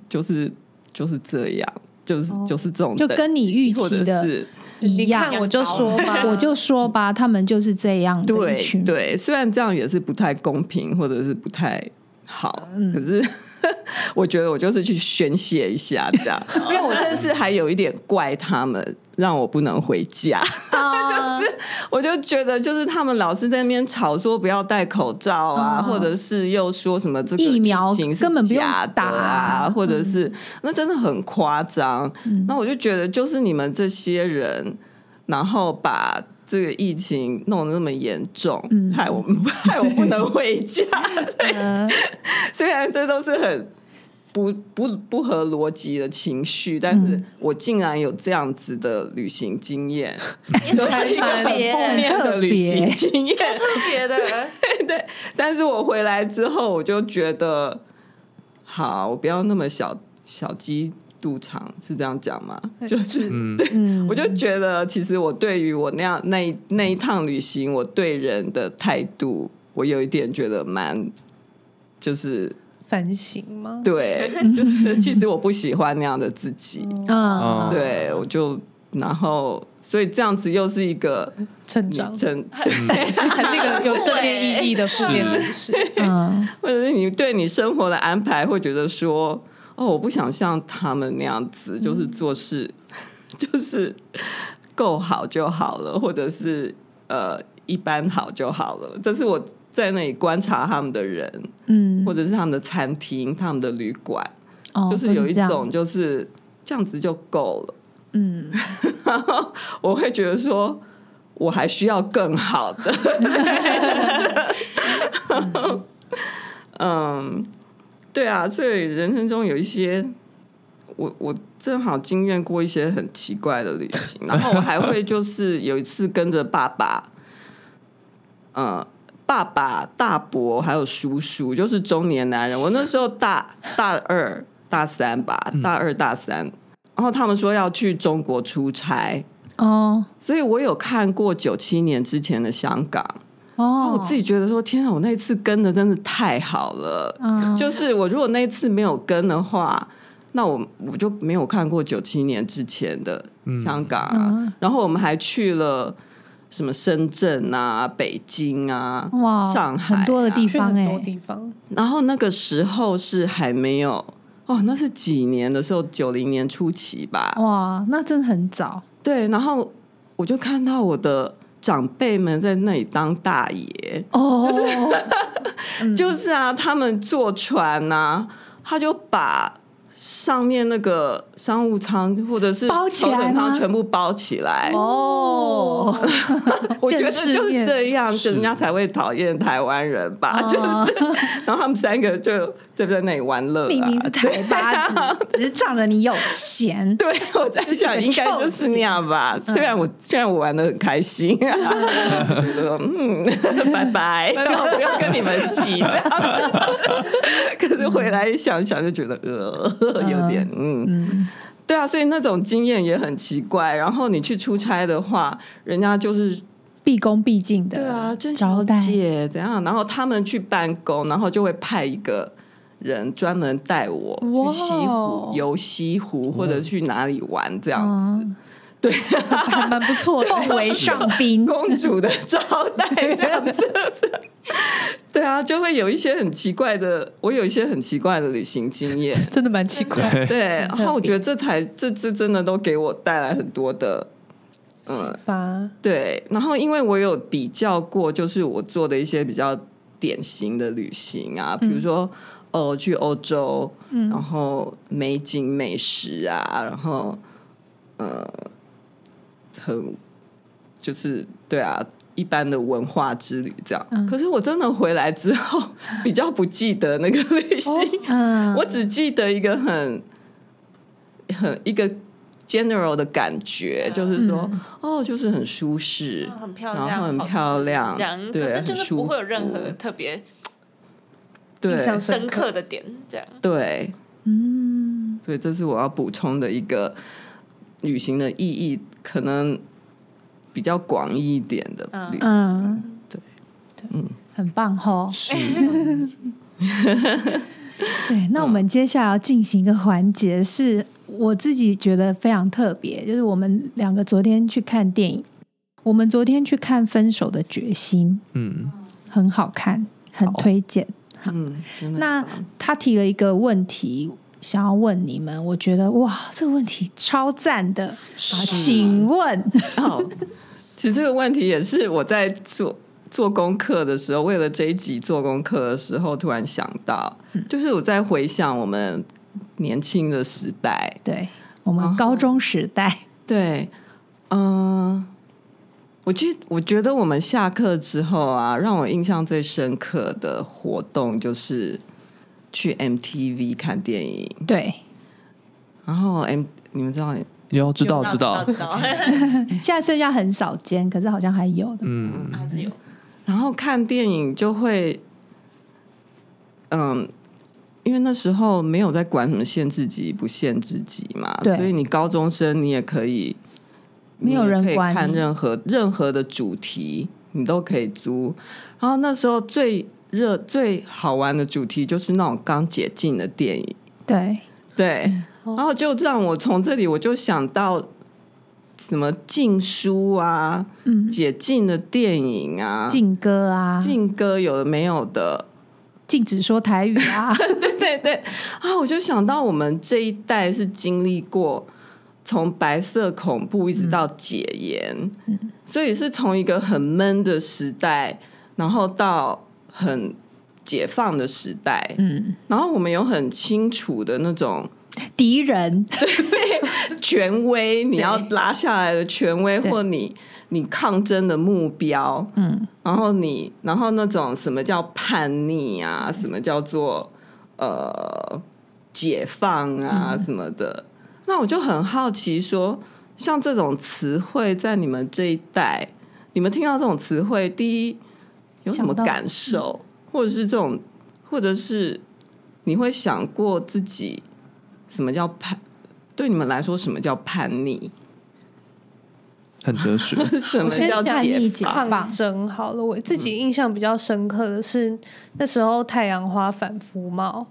[SPEAKER 5] 就是就是这样，就是、就是这种
[SPEAKER 2] 哦就
[SPEAKER 5] 等
[SPEAKER 2] 跟你
[SPEAKER 5] 级
[SPEAKER 2] 预期
[SPEAKER 5] 或者
[SPEAKER 2] 的
[SPEAKER 5] 是
[SPEAKER 2] 一样
[SPEAKER 1] 你， 看我就说吧，
[SPEAKER 2] 哦我就说吧，他们就是这样的一
[SPEAKER 5] 对
[SPEAKER 2] 群，
[SPEAKER 5] 对，虽然这样也是不太公平，或者是不太好，
[SPEAKER 2] 嗯
[SPEAKER 5] 可是 我觉得我就是去宣泄一下这 样，因为我甚至还有一点怪他们，让我不能回家。
[SPEAKER 2] 啊，
[SPEAKER 5] 我 就觉得就是他们老是在那边吵说不要戴口罩
[SPEAKER 2] 哦
[SPEAKER 5] 啊，或者是又说什么这个
[SPEAKER 2] 疫苗
[SPEAKER 5] 情是
[SPEAKER 2] 根本不用
[SPEAKER 5] 假的
[SPEAKER 2] 打嗯
[SPEAKER 5] 啊，
[SPEAKER 2] 啊
[SPEAKER 5] 或者是、那真的很夸张。那我就觉得就是你们这些人，然后把。这个疫情弄得那么严重，
[SPEAKER 2] 嗯
[SPEAKER 5] 害我们害我不能回 家。
[SPEAKER 2] 嗯
[SPEAKER 5] 虽然这都是很不不不合逻辑的情绪，但
[SPEAKER 2] 嗯
[SPEAKER 5] 是我竟然有这样子的旅行经验，有一 个很
[SPEAKER 1] 特
[SPEAKER 4] 别
[SPEAKER 5] 负面的旅行经验。
[SPEAKER 4] 特别的，
[SPEAKER 5] 但是我回来之后，我就觉得，好，我不要那么小小鸡肚肠，是这样讲吗？就是，
[SPEAKER 3] 嗯
[SPEAKER 2] 嗯
[SPEAKER 5] 我就觉得，其实我对于我那样那一那一趟旅行，我对人的态度，我有一点觉得蛮，就是
[SPEAKER 1] 反省吗？
[SPEAKER 5] 对，就是其实我不喜欢那样的自己，
[SPEAKER 2] 嗯
[SPEAKER 3] 哦，
[SPEAKER 5] 对我就然后。所以这样子又是一个
[SPEAKER 1] 成
[SPEAKER 5] 你
[SPEAKER 1] 长
[SPEAKER 5] 真
[SPEAKER 1] 还是一 个有正面意义的负面故事。
[SPEAKER 2] 嗯
[SPEAKER 5] 或者是你对你生活的安排会觉得说，哦，我不想像他们那样子，就是
[SPEAKER 2] 嗯
[SPEAKER 5] 做事、 就是够好就好了，或者是呃一般好就好了。这是我在那里观察他们的人，
[SPEAKER 2] 嗯，
[SPEAKER 5] 或者是他们的餐厅、他们的旅馆，
[SPEAKER 2] 哦
[SPEAKER 5] 就是有
[SPEAKER 2] 都
[SPEAKER 5] 一
[SPEAKER 2] 这样
[SPEAKER 5] 种就是这样子就够了。
[SPEAKER 2] 嗯
[SPEAKER 5] 我会觉得说，我还需要更好的。嗯，对啊，所以人生中有一些，我我正好经验过一些很奇怪的旅行，然后我还会就是有一次跟着爸爸，嗯。爸爸、大伯还有叔叔，就是中年男人。我那时候大大二、大三吧，大二、大三。然后他们说要去中国出差，
[SPEAKER 2] 哦
[SPEAKER 5] 所以我有看过九七年之前的香港，然
[SPEAKER 2] 哦，
[SPEAKER 5] 后啊我自己觉得说，天啊，我那次跟的真的太好了。
[SPEAKER 2] 嗯
[SPEAKER 5] 就是我如果那次没有跟的话，那我我就没有看过九七年之前的香港啊，然后我们还去了什么深圳啊、北京啊、
[SPEAKER 2] 哇，
[SPEAKER 5] 上海、
[SPEAKER 2] 很多的地
[SPEAKER 1] 去
[SPEAKER 2] 方
[SPEAKER 1] 很
[SPEAKER 2] 哎、
[SPEAKER 1] 多地方，欸
[SPEAKER 5] 然后那个时候是还没有哦，那是几年的时候，九零年初期吧。
[SPEAKER 2] 哇，那真的很早，
[SPEAKER 5] 对，然后我就看到我的长辈们在那里当大爷，
[SPEAKER 2] 哦，
[SPEAKER 5] 就是啊，他们坐船呐、他就把上面那个商务舱或者是
[SPEAKER 2] 包起来
[SPEAKER 5] 头等
[SPEAKER 2] 吗
[SPEAKER 5] 舱全部包起来。
[SPEAKER 2] 哦，
[SPEAKER 5] 我觉得
[SPEAKER 1] 见世
[SPEAKER 5] 就是
[SPEAKER 1] 面
[SPEAKER 5] 这样，
[SPEAKER 3] 是
[SPEAKER 5] 人家才会讨厌台湾人
[SPEAKER 2] 哦
[SPEAKER 5] 吧。就是， 然后他们三个就就在那里玩乐、啊，
[SPEAKER 2] 明明是台巴子，只是仗着你有 钱，
[SPEAKER 5] 对，我在想
[SPEAKER 2] 个
[SPEAKER 5] 应该
[SPEAKER 2] 臭
[SPEAKER 5] 就是那样吧。虽然我虽然我玩的很开心， 我觉得嗯， 拜拜，我不要跟你们挤。 这样子可是回来一想想就觉得呃，有点嗯。对啊，所以那种经验也很奇怪。然后你去出差的话，人家就是
[SPEAKER 2] 毕恭毕敬的，
[SPEAKER 5] 对啊，郑
[SPEAKER 2] 招
[SPEAKER 5] 小
[SPEAKER 2] 待，
[SPEAKER 5] 姐怎样？然后他们去办公，然后就会派一个人专门带我去西
[SPEAKER 1] 哇
[SPEAKER 5] 湖、游西湖或者去哪里玩这样子。
[SPEAKER 2] 嗯，
[SPEAKER 5] 对，
[SPEAKER 1] 还蛮不错的。
[SPEAKER 2] 奉为上宾，
[SPEAKER 5] 公主的招待这样子。 对啊，就会有一些很奇怪的，我有一些很奇怪的旅行经验。
[SPEAKER 1] 真的蛮奇怪，
[SPEAKER 5] 对，然后我
[SPEAKER 2] 特别
[SPEAKER 5] 觉得这才这这真的都给我带来很多的
[SPEAKER 1] 启发
[SPEAKER 5] 对，然后因为我有比较过，就是我做的一些比较典型的旅行啊，比如说、呃去欧洲，然后美景美食啊，然后呃很就是对啊一般的文化之旅这样。可是我真的回来之后 比较不记得那个旅行，
[SPEAKER 2] 嗯，
[SPEAKER 5] 我只记得一个很很一个 general 的感
[SPEAKER 2] 嗯
[SPEAKER 5] 觉，就是说，哦，就是很舒适，
[SPEAKER 4] 哦很漂亮，
[SPEAKER 5] 然后很
[SPEAKER 4] 好吃
[SPEAKER 5] 漂亮
[SPEAKER 4] 这样，
[SPEAKER 5] 对
[SPEAKER 4] 可是就是不会有任
[SPEAKER 5] 很舒
[SPEAKER 4] 何
[SPEAKER 5] 服
[SPEAKER 4] 特别
[SPEAKER 1] 印
[SPEAKER 5] 对
[SPEAKER 1] 象
[SPEAKER 4] 深
[SPEAKER 1] 深
[SPEAKER 4] 刻
[SPEAKER 1] 刻
[SPEAKER 4] 的点，这样。
[SPEAKER 5] 对，
[SPEAKER 2] 嗯，
[SPEAKER 5] 所以这是我要补充的一个旅行的意义，可能比较广义一点的
[SPEAKER 4] 嗯
[SPEAKER 5] 旅行。
[SPEAKER 2] 嗯，
[SPEAKER 5] 对，
[SPEAKER 2] 很棒吼。
[SPEAKER 3] 是
[SPEAKER 2] 对，那我们接下来要进行一个环节，是我自己觉得非常特别，就是我们两个昨天去看电影，我们昨天去看《分手的决心
[SPEAKER 3] 嗯》，
[SPEAKER 2] 很好看，很推荐。
[SPEAKER 5] 嗯，真的
[SPEAKER 2] 那他提了一个问题，想要问你们，我觉得哇，这个问题超赞的啊！请问，
[SPEAKER 5] 哦， 其实这个问题也是我在做做功课的时候，为了这一集做功课的时候突然想到，就是我在回想我们年轻的时代，
[SPEAKER 2] 对我们
[SPEAKER 5] 哦
[SPEAKER 2] 高中时代，
[SPEAKER 5] 对，嗯、我觉我觉得我们下课之后啊，让我印象最深刻的活动就是去 MTV 看电影，
[SPEAKER 2] 对，
[SPEAKER 5] 然后 M 你们知道
[SPEAKER 3] 有知道知道，
[SPEAKER 4] 知道，
[SPEAKER 2] 现在剩下很少见，可是好像还有的，
[SPEAKER 3] 嗯，
[SPEAKER 4] 还是有
[SPEAKER 5] 然后看电影就会，嗯，因为那时候没有在管什么限制级不限制级嘛，
[SPEAKER 2] 对
[SPEAKER 5] 所以你高中生你也可以，
[SPEAKER 2] 没有人
[SPEAKER 5] 你也可以
[SPEAKER 2] 管
[SPEAKER 5] 看
[SPEAKER 2] 你
[SPEAKER 5] 任何任何的主题，你都可以租。然后那时候最热最好玩的主题就是那种刚解禁的电影，
[SPEAKER 2] 对，
[SPEAKER 5] 对，
[SPEAKER 2] 嗯哦
[SPEAKER 5] 然后就让我从这里我就想到什么禁书啊、
[SPEAKER 2] 嗯，
[SPEAKER 5] 解禁的电影啊、
[SPEAKER 2] 劲歌啊，
[SPEAKER 5] 劲歌有的没有的，
[SPEAKER 2] 禁止说台语啊，
[SPEAKER 5] 对对对啊！我就想到我们这一代是经历过从白色恐怖一直到解严，所以是从一个很闷的时代，然后到很解放的时代，
[SPEAKER 2] 嗯，
[SPEAKER 5] 然后我们有很清楚的那种
[SPEAKER 2] 敌人，
[SPEAKER 5] 权威，你要
[SPEAKER 2] 对
[SPEAKER 5] 拉下来的权威，
[SPEAKER 2] 对
[SPEAKER 5] 或你你抗争的目标，
[SPEAKER 2] 嗯，
[SPEAKER 5] 然后你，然后那种什么叫叛逆啊，什么叫做呃解放啊、
[SPEAKER 2] 嗯
[SPEAKER 5] 什么的，那我就很好奇说，像这种词汇在你们这一代，你们听到这种词汇，第一有什么
[SPEAKER 2] 想到
[SPEAKER 5] 感受，或者是这种，或者是你会想过自己什么叫叛？对你们来说，什么叫叛逆？
[SPEAKER 3] 很哲 学，
[SPEAKER 5] 什么
[SPEAKER 1] 先
[SPEAKER 5] 叫
[SPEAKER 2] 叛逆
[SPEAKER 5] 解
[SPEAKER 2] 解
[SPEAKER 5] 放？
[SPEAKER 2] 放
[SPEAKER 1] 抗争好了。我自己印象比较深刻的是那时候太阳花反服贸，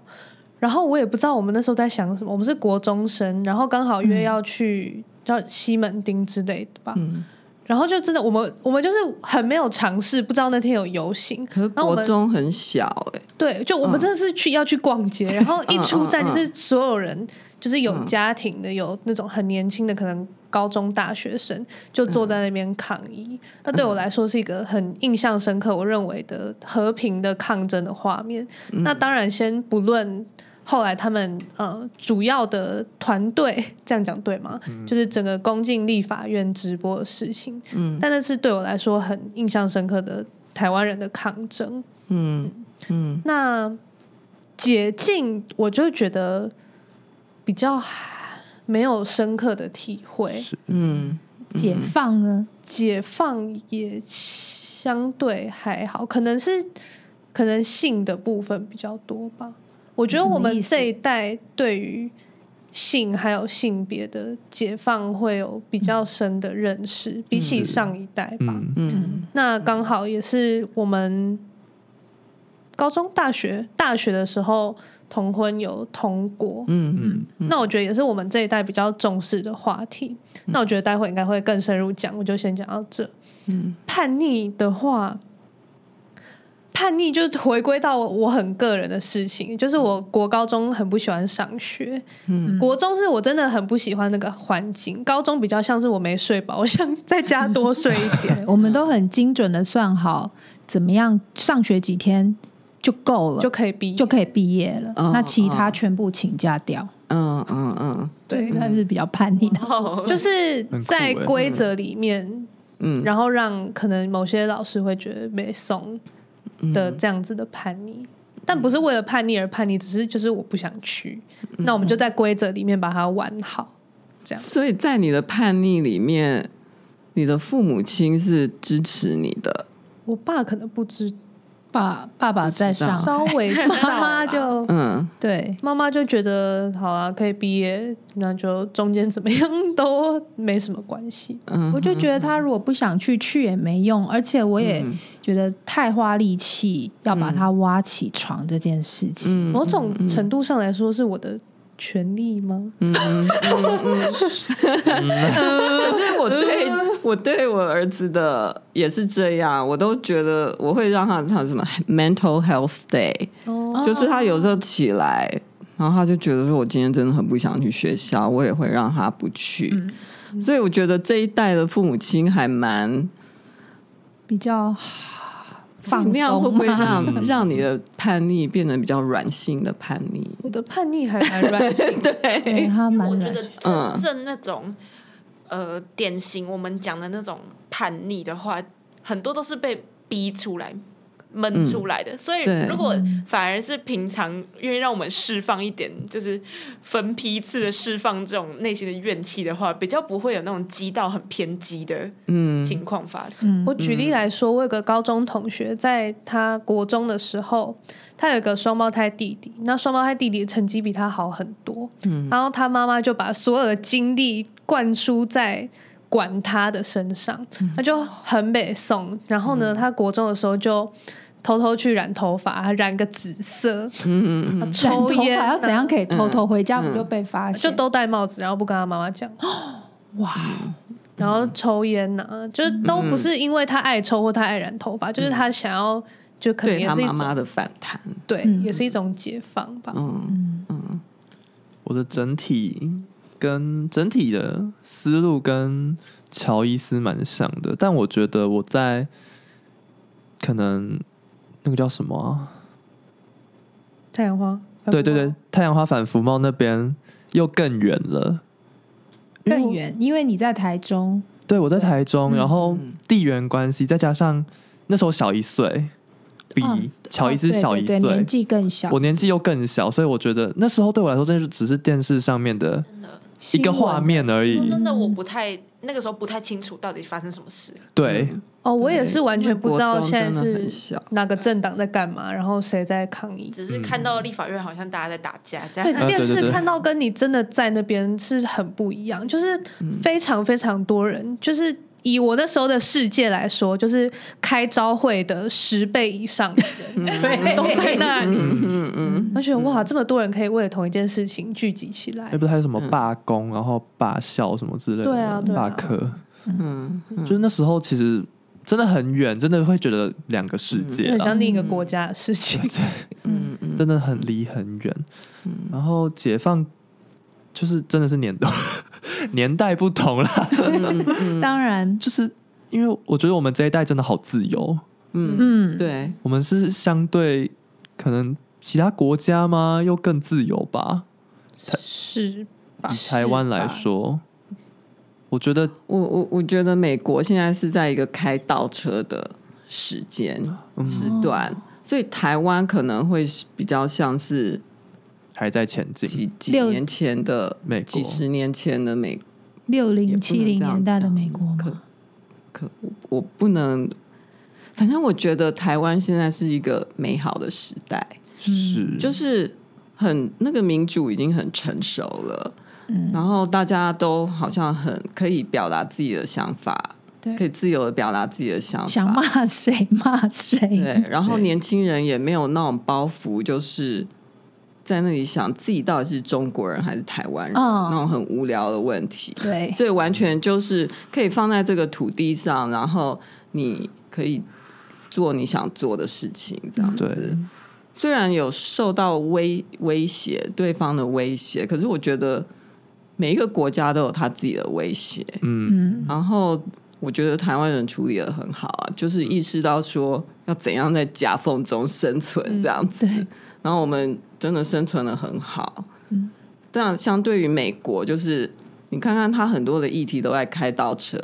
[SPEAKER 1] 然后我也不知道我们那时候在想什么。我们是国中生，然后刚好约要去。叫西门町之类的吧。
[SPEAKER 5] 嗯，
[SPEAKER 1] 然后就真的，我们我们就是很没有尝试，不知道那天有游行。
[SPEAKER 5] 可是
[SPEAKER 1] 然后我
[SPEAKER 5] 国
[SPEAKER 1] 们
[SPEAKER 5] 中很小哎、
[SPEAKER 1] 对，就我们
[SPEAKER 5] 嗯
[SPEAKER 1] 真的是去、要去逛 街，然后一出站
[SPEAKER 5] 嗯
[SPEAKER 1] 就
[SPEAKER 5] 嗯
[SPEAKER 1] 是所有人，就是有家庭的，有那种很年轻的，可能高中大学生，就坐在那边抗
[SPEAKER 5] 嗯
[SPEAKER 1] 议。那对我来说是一个很印象深刻，我认为的和平的抗争的画面。
[SPEAKER 5] 嗯
[SPEAKER 1] 那当然，先不论。后来他们呃主要的团队这样讲对吗？就是整个攻进立法院直播的事情，
[SPEAKER 5] 嗯
[SPEAKER 1] 但那是对我来说很印象深刻的台湾人的抗争。
[SPEAKER 5] 嗯嗯
[SPEAKER 1] 那解禁，我就觉得比较没有深刻的体会，
[SPEAKER 3] 是
[SPEAKER 5] 嗯，
[SPEAKER 2] 解放啊呢？
[SPEAKER 1] 解放也相对还好，可能是可能性的部分比较多吧。我觉得我
[SPEAKER 2] 什么
[SPEAKER 1] 们
[SPEAKER 2] 意思
[SPEAKER 1] 这一代对于性还有性别的解放会有比较深的认识，比起上一代吧。
[SPEAKER 3] 嗯，
[SPEAKER 5] 嗯
[SPEAKER 1] 那刚好也是我们高中、大学、大学的时候同婚有通过，
[SPEAKER 5] 嗯
[SPEAKER 3] 嗯
[SPEAKER 1] 那我觉得也是我们这一代比较重视的话题。那我觉得待会应该会更深入讲，我就先讲到这。
[SPEAKER 5] 嗯
[SPEAKER 1] 叛逆的话，叛逆就是回归到我很个人的事情，就是我国高中很不喜欢上学，
[SPEAKER 5] 嗯
[SPEAKER 1] 国中是我真的很不喜欢那个环境，高中比较像是我没睡饱，我想在家多睡一点。
[SPEAKER 5] 嗯
[SPEAKER 2] 我们都很精准的算好怎么样上学几天就够了，
[SPEAKER 1] 就
[SPEAKER 2] 就
[SPEAKER 1] 可以毕业
[SPEAKER 2] 就可以毕业了。
[SPEAKER 5] 哦
[SPEAKER 2] 那其他全部请假掉，
[SPEAKER 5] 嗯嗯嗯
[SPEAKER 2] 对，那是比较叛逆的。
[SPEAKER 4] 哦，
[SPEAKER 1] 就是
[SPEAKER 3] 很酷
[SPEAKER 1] 在
[SPEAKER 3] 欸
[SPEAKER 1] 规则里面，
[SPEAKER 5] 嗯，
[SPEAKER 1] 然后让可能某些老师会觉得没送
[SPEAKER 3] 嗯
[SPEAKER 1] 的这样子的叛逆，但不是为了叛逆而叛逆，只是就是我不想去，
[SPEAKER 3] 嗯
[SPEAKER 1] 那我们就在规则里面把它玩好，这样
[SPEAKER 5] 所以在你的叛逆里面，你的父母亲是支持你的，
[SPEAKER 1] 我爸可能不知，
[SPEAKER 2] 爸爸爸在上海，
[SPEAKER 1] 稍微知道
[SPEAKER 2] 妈
[SPEAKER 1] 啦
[SPEAKER 2] 妈就
[SPEAKER 5] 嗯，
[SPEAKER 2] 对，
[SPEAKER 1] 妈妈就觉得好啊，可以毕业，那就中间怎么样 都没什么关系。
[SPEAKER 5] 嗯
[SPEAKER 2] 我就觉得他如果不想去，去也没用，而且我也
[SPEAKER 5] 嗯
[SPEAKER 2] 觉得太花力气要把他挖起床这件事情。
[SPEAKER 3] 嗯
[SPEAKER 1] 某种程度上来说，是我的权利吗？
[SPEAKER 3] 嗯
[SPEAKER 5] 可是 我对我对我儿子的也是这样，我都觉得我会让他他什么 mental health day，、
[SPEAKER 1] 哦，
[SPEAKER 5] 就是他有时候起来，然后他就觉得说我今天真的很不想去学校，我也会让他不去。
[SPEAKER 1] 嗯
[SPEAKER 5] 所以我觉得这一代的父母亲还蛮
[SPEAKER 2] 比较
[SPEAKER 5] 尽
[SPEAKER 2] 放
[SPEAKER 5] 量会不
[SPEAKER 2] 松
[SPEAKER 5] 会
[SPEAKER 1] 啊
[SPEAKER 2] 嘛。
[SPEAKER 3] 嗯
[SPEAKER 5] 让、让你的叛逆变得比较软性的叛逆？
[SPEAKER 1] 我的叛逆还蛮软性的
[SPEAKER 2] 对他蛮
[SPEAKER 4] 我觉
[SPEAKER 2] 软
[SPEAKER 4] 得
[SPEAKER 2] 性，
[SPEAKER 5] 嗯
[SPEAKER 4] 真正那种呃典型我们讲的那种叛逆的话，很多都是被逼出来。闷出来的，所以
[SPEAKER 5] 嗯对
[SPEAKER 4] 如果
[SPEAKER 2] 嗯
[SPEAKER 4] 反而是平常愿意让我们释放一点，就是分批次的释放这种内心的怨气的话，比较不会有那种激到很偏激的
[SPEAKER 5] 嗯
[SPEAKER 4] 情况发生。
[SPEAKER 2] 嗯
[SPEAKER 1] 我举例来说，我有个高中同学，在他国中的时候，他有一个双胞胎弟弟，那双胞胎弟弟的成绩比他好很多，
[SPEAKER 5] 嗯
[SPEAKER 1] 然后他妈妈就把所有的精力灌输在。管他的身上，
[SPEAKER 5] 嗯
[SPEAKER 1] 他就很北宋。然后呢，他国中的时候就偷偷去染头发，染个紫色，
[SPEAKER 5] 嗯
[SPEAKER 1] 啊
[SPEAKER 5] 嗯
[SPEAKER 2] 染
[SPEAKER 1] 抽
[SPEAKER 2] 头
[SPEAKER 1] 烟，
[SPEAKER 2] 发要怎样可以偷偷回家，
[SPEAKER 5] 嗯
[SPEAKER 2] 不就被发现？
[SPEAKER 1] 就都戴帽子，然后不跟他妈妈讲。哇！
[SPEAKER 5] 哦
[SPEAKER 1] 然后抽烟呐、就是都不是因为他爱抽或他爱染头发，就是他想要，就可能
[SPEAKER 5] 嗯对
[SPEAKER 1] 也
[SPEAKER 5] 他
[SPEAKER 1] 是一
[SPEAKER 5] 妈
[SPEAKER 1] 种
[SPEAKER 5] 妈的反弹，
[SPEAKER 1] 对，
[SPEAKER 2] 嗯
[SPEAKER 1] 也是一种解放吧。
[SPEAKER 5] 嗯
[SPEAKER 3] 我的整体跟整体的思路跟乔伊斯蛮像的，但我觉得我在可能那个叫什么啊、
[SPEAKER 1] 太阳花，
[SPEAKER 3] 对对对，太阳花反服贸那边又更远了。因为
[SPEAKER 2] 更
[SPEAKER 3] 我。
[SPEAKER 2] 远，因为你在台中，
[SPEAKER 3] 对，我在台中，
[SPEAKER 2] 嗯
[SPEAKER 3] 然后
[SPEAKER 5] 嗯
[SPEAKER 3] 地缘关系，再加上那时候小一岁，比
[SPEAKER 2] 哦
[SPEAKER 3] 乔伊斯
[SPEAKER 2] 哦对
[SPEAKER 3] 小一
[SPEAKER 2] 对
[SPEAKER 3] 岁，
[SPEAKER 2] 对年纪更小
[SPEAKER 3] 我。年纪又更小，所以我觉得那时候对我来说，真的是只是电视上面的
[SPEAKER 4] 真的，
[SPEAKER 3] 一个画面而
[SPEAKER 4] 说
[SPEAKER 3] 已。
[SPEAKER 4] 真的，我不太那个时候不太清楚到底发生什么事。
[SPEAKER 3] 对，
[SPEAKER 1] 哦，我也是完全不知道
[SPEAKER 5] 因为国中
[SPEAKER 1] 现在
[SPEAKER 5] 真的
[SPEAKER 1] 是
[SPEAKER 5] 很小
[SPEAKER 1] 哪个政党在干嘛，然后谁在抗议。
[SPEAKER 4] 只是看到立法院好像大家在打架这
[SPEAKER 1] 对
[SPEAKER 5] 嗯
[SPEAKER 4] 样。
[SPEAKER 1] 电
[SPEAKER 3] 对对
[SPEAKER 1] 视
[SPEAKER 3] 对
[SPEAKER 1] 看到跟你真的在那边是很不一样，就是
[SPEAKER 5] 嗯
[SPEAKER 1] 非常非常多人，就是以我那时候的世界来说，就是开招会的十倍以上的人
[SPEAKER 2] 对
[SPEAKER 1] 都在那里。
[SPEAKER 5] 嗯嗯嗯
[SPEAKER 2] 嗯
[SPEAKER 1] 我觉得哇，这么多人可以为了同一件事情聚集起来
[SPEAKER 3] 哎，，不是还有什么
[SPEAKER 5] 嗯
[SPEAKER 3] 罢工，然后罢校什么之类的，
[SPEAKER 1] 对啊对啊
[SPEAKER 3] 罢课，
[SPEAKER 5] 嗯，嗯
[SPEAKER 3] 就是那时候其实真的很远，真的会觉得两个世界
[SPEAKER 1] 很嗯
[SPEAKER 3] 啦，
[SPEAKER 1] 像另一个国家的事情。
[SPEAKER 5] 嗯嗯
[SPEAKER 3] 真的很离很远。
[SPEAKER 1] 嗯
[SPEAKER 3] 然后解放就是真的是年 年代不同啦，
[SPEAKER 2] 嗯当然，
[SPEAKER 3] 就是因为我觉得我们这一代真的好自由，
[SPEAKER 5] 嗯，
[SPEAKER 2] 嗯，
[SPEAKER 5] 对，
[SPEAKER 3] 我们是相对可能其他国家吗？又更自由吧？
[SPEAKER 1] 是吧
[SPEAKER 3] 以？台湾来说，我觉得
[SPEAKER 5] 我我我觉得美国现在是在一个开倒车的时间
[SPEAKER 3] 嗯
[SPEAKER 5] 时段，所以台湾可能会比较像是
[SPEAKER 3] 还在前进。
[SPEAKER 5] 几几
[SPEAKER 2] 六
[SPEAKER 5] 年前的
[SPEAKER 3] 美国
[SPEAKER 5] 几十年前的美，
[SPEAKER 2] 六
[SPEAKER 5] 也
[SPEAKER 2] 零
[SPEAKER 5] 不能
[SPEAKER 2] 七零
[SPEAKER 5] 这样
[SPEAKER 2] 年代的
[SPEAKER 5] 讲
[SPEAKER 2] 美国
[SPEAKER 5] 可
[SPEAKER 2] 嘛，
[SPEAKER 5] 可我我不能，反正我觉得台湾现在是一个美好的时代，
[SPEAKER 3] 嗯是，
[SPEAKER 5] 就是很那个民主已经很成熟了，
[SPEAKER 2] 嗯
[SPEAKER 5] 然后大家都好像很可以表达自己的想法，可以
[SPEAKER 2] 对，
[SPEAKER 5] 自由的表达自己的想法，
[SPEAKER 2] 想骂谁骂谁，
[SPEAKER 5] 对，然后
[SPEAKER 3] 对
[SPEAKER 5] 年轻人也没有那种包袱，就是在那里想自己到底是中国人还是台湾人、
[SPEAKER 2] 嗯
[SPEAKER 5] 那种很无聊的问题，
[SPEAKER 2] 对，
[SPEAKER 5] 所以完全就是可以放在这个土地上，然后你可以做你想做的事情，这样子。
[SPEAKER 3] 对，
[SPEAKER 5] 虽然有受到威威胁，对方的威胁，可是我觉得每一个国家都有他自己的威胁。
[SPEAKER 3] 嗯，
[SPEAKER 2] 嗯，
[SPEAKER 5] 然后我觉得台湾人处理的很好啊，就是意识到说要怎样在夹缝中生存这样子。
[SPEAKER 2] 对，
[SPEAKER 5] 然后我们真的生存的很好。
[SPEAKER 2] 嗯
[SPEAKER 5] 这样相对于美国，就是你看看他很多的议题都在开倒车，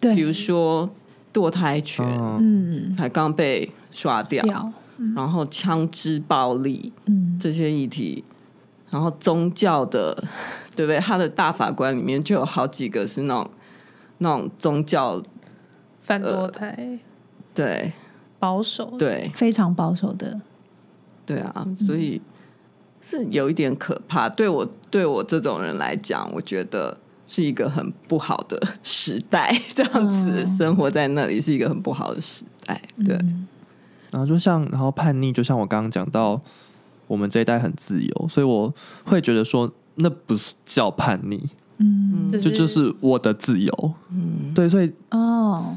[SPEAKER 5] 比如
[SPEAKER 2] 对，
[SPEAKER 5] 说堕胎权、
[SPEAKER 3] 嗯，
[SPEAKER 2] 嗯，
[SPEAKER 5] 才刚被刷掉，
[SPEAKER 2] 要，
[SPEAKER 5] 然后枪支暴力
[SPEAKER 2] 嗯，
[SPEAKER 5] 这些议题。然后宗教的，对不对？他的大法官里面就有好几个是那种那种宗教，
[SPEAKER 1] 反堕胎
[SPEAKER 5] 对，
[SPEAKER 1] 保守，
[SPEAKER 5] 对
[SPEAKER 2] 非常保守的，
[SPEAKER 5] 哦对啊，
[SPEAKER 1] 嗯
[SPEAKER 5] 所以是有一点可怕。对我对我这种人来讲，我觉得是一个很不好的时代，这样子、
[SPEAKER 2] 嗯
[SPEAKER 5] 生活在那里是一个很不好的时代。对，
[SPEAKER 2] 嗯
[SPEAKER 3] 然后就像，然后叛逆，就像我刚刚讲到，我们这一代很自由，所以我会觉得说，那不是叫叛逆，
[SPEAKER 2] 嗯，
[SPEAKER 1] 只
[SPEAKER 3] 这就是我的自由。嗯，对，所以
[SPEAKER 2] 哦，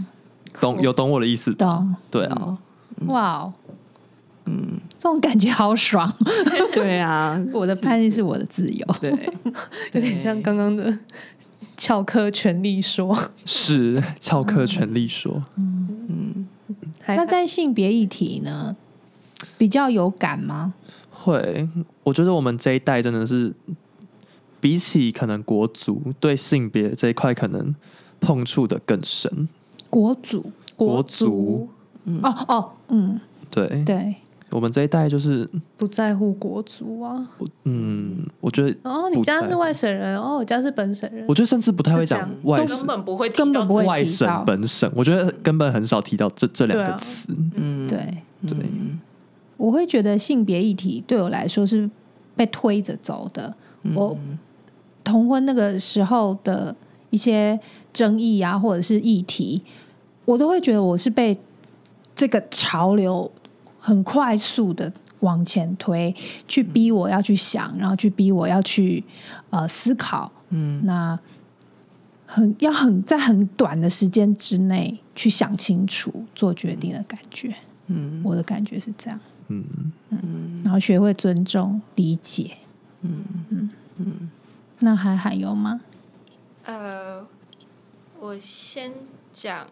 [SPEAKER 3] 懂有懂我的意思吧？
[SPEAKER 2] 懂，
[SPEAKER 3] 对啊，
[SPEAKER 2] 哇哦，嗯，这种感觉好爽，
[SPEAKER 5] 对啊，
[SPEAKER 2] 我的叛逆是我的自由，
[SPEAKER 5] 对，
[SPEAKER 1] 有点像刚刚的 翘课权利说。
[SPEAKER 3] 是翘课权利说，
[SPEAKER 2] 那
[SPEAKER 1] 那
[SPEAKER 2] 在性别议题呢，比较有感吗？
[SPEAKER 3] 会，我觉得我们这一代真的是，比起可能国足对性别这一块，可能碰触的更深。
[SPEAKER 2] 国主，
[SPEAKER 3] 国足，
[SPEAKER 2] 哦哦，嗯，
[SPEAKER 3] 对，
[SPEAKER 2] 对，
[SPEAKER 3] 我们这一代就是，
[SPEAKER 1] 不在乎国足啊。
[SPEAKER 3] 嗯，我觉得，
[SPEAKER 1] 哦，你家是外省人，哦，我家是本省人
[SPEAKER 3] 我。觉得甚至不太会
[SPEAKER 1] 是
[SPEAKER 3] 讲
[SPEAKER 1] 这样
[SPEAKER 3] 外
[SPEAKER 4] 根
[SPEAKER 3] 省、
[SPEAKER 4] 本不会提
[SPEAKER 2] 根
[SPEAKER 4] 到
[SPEAKER 2] 本不会
[SPEAKER 3] 外
[SPEAKER 2] 提
[SPEAKER 3] 省
[SPEAKER 2] 到，
[SPEAKER 3] 本省，我觉得根本很少提到这这两
[SPEAKER 1] 对
[SPEAKER 3] 个
[SPEAKER 1] 啊
[SPEAKER 3] 词。
[SPEAKER 5] 嗯，
[SPEAKER 2] 对，
[SPEAKER 3] 对，
[SPEAKER 2] 我会觉得性别议题对我来说是被推着走的。我同婚那个时候的一些争议啊，或者是议题，我都会觉得我是被这个潮流很快速的往前推，去逼我要去想，然后去逼我要去呃思考。嗯，那很要很在很短的时间之内去想清楚做决定的感觉。嗯，我的感觉是这样。
[SPEAKER 3] 嗯，
[SPEAKER 2] 然后学会尊重、理解。嗯嗯嗯那还还有吗？
[SPEAKER 4] 呃，我先讲，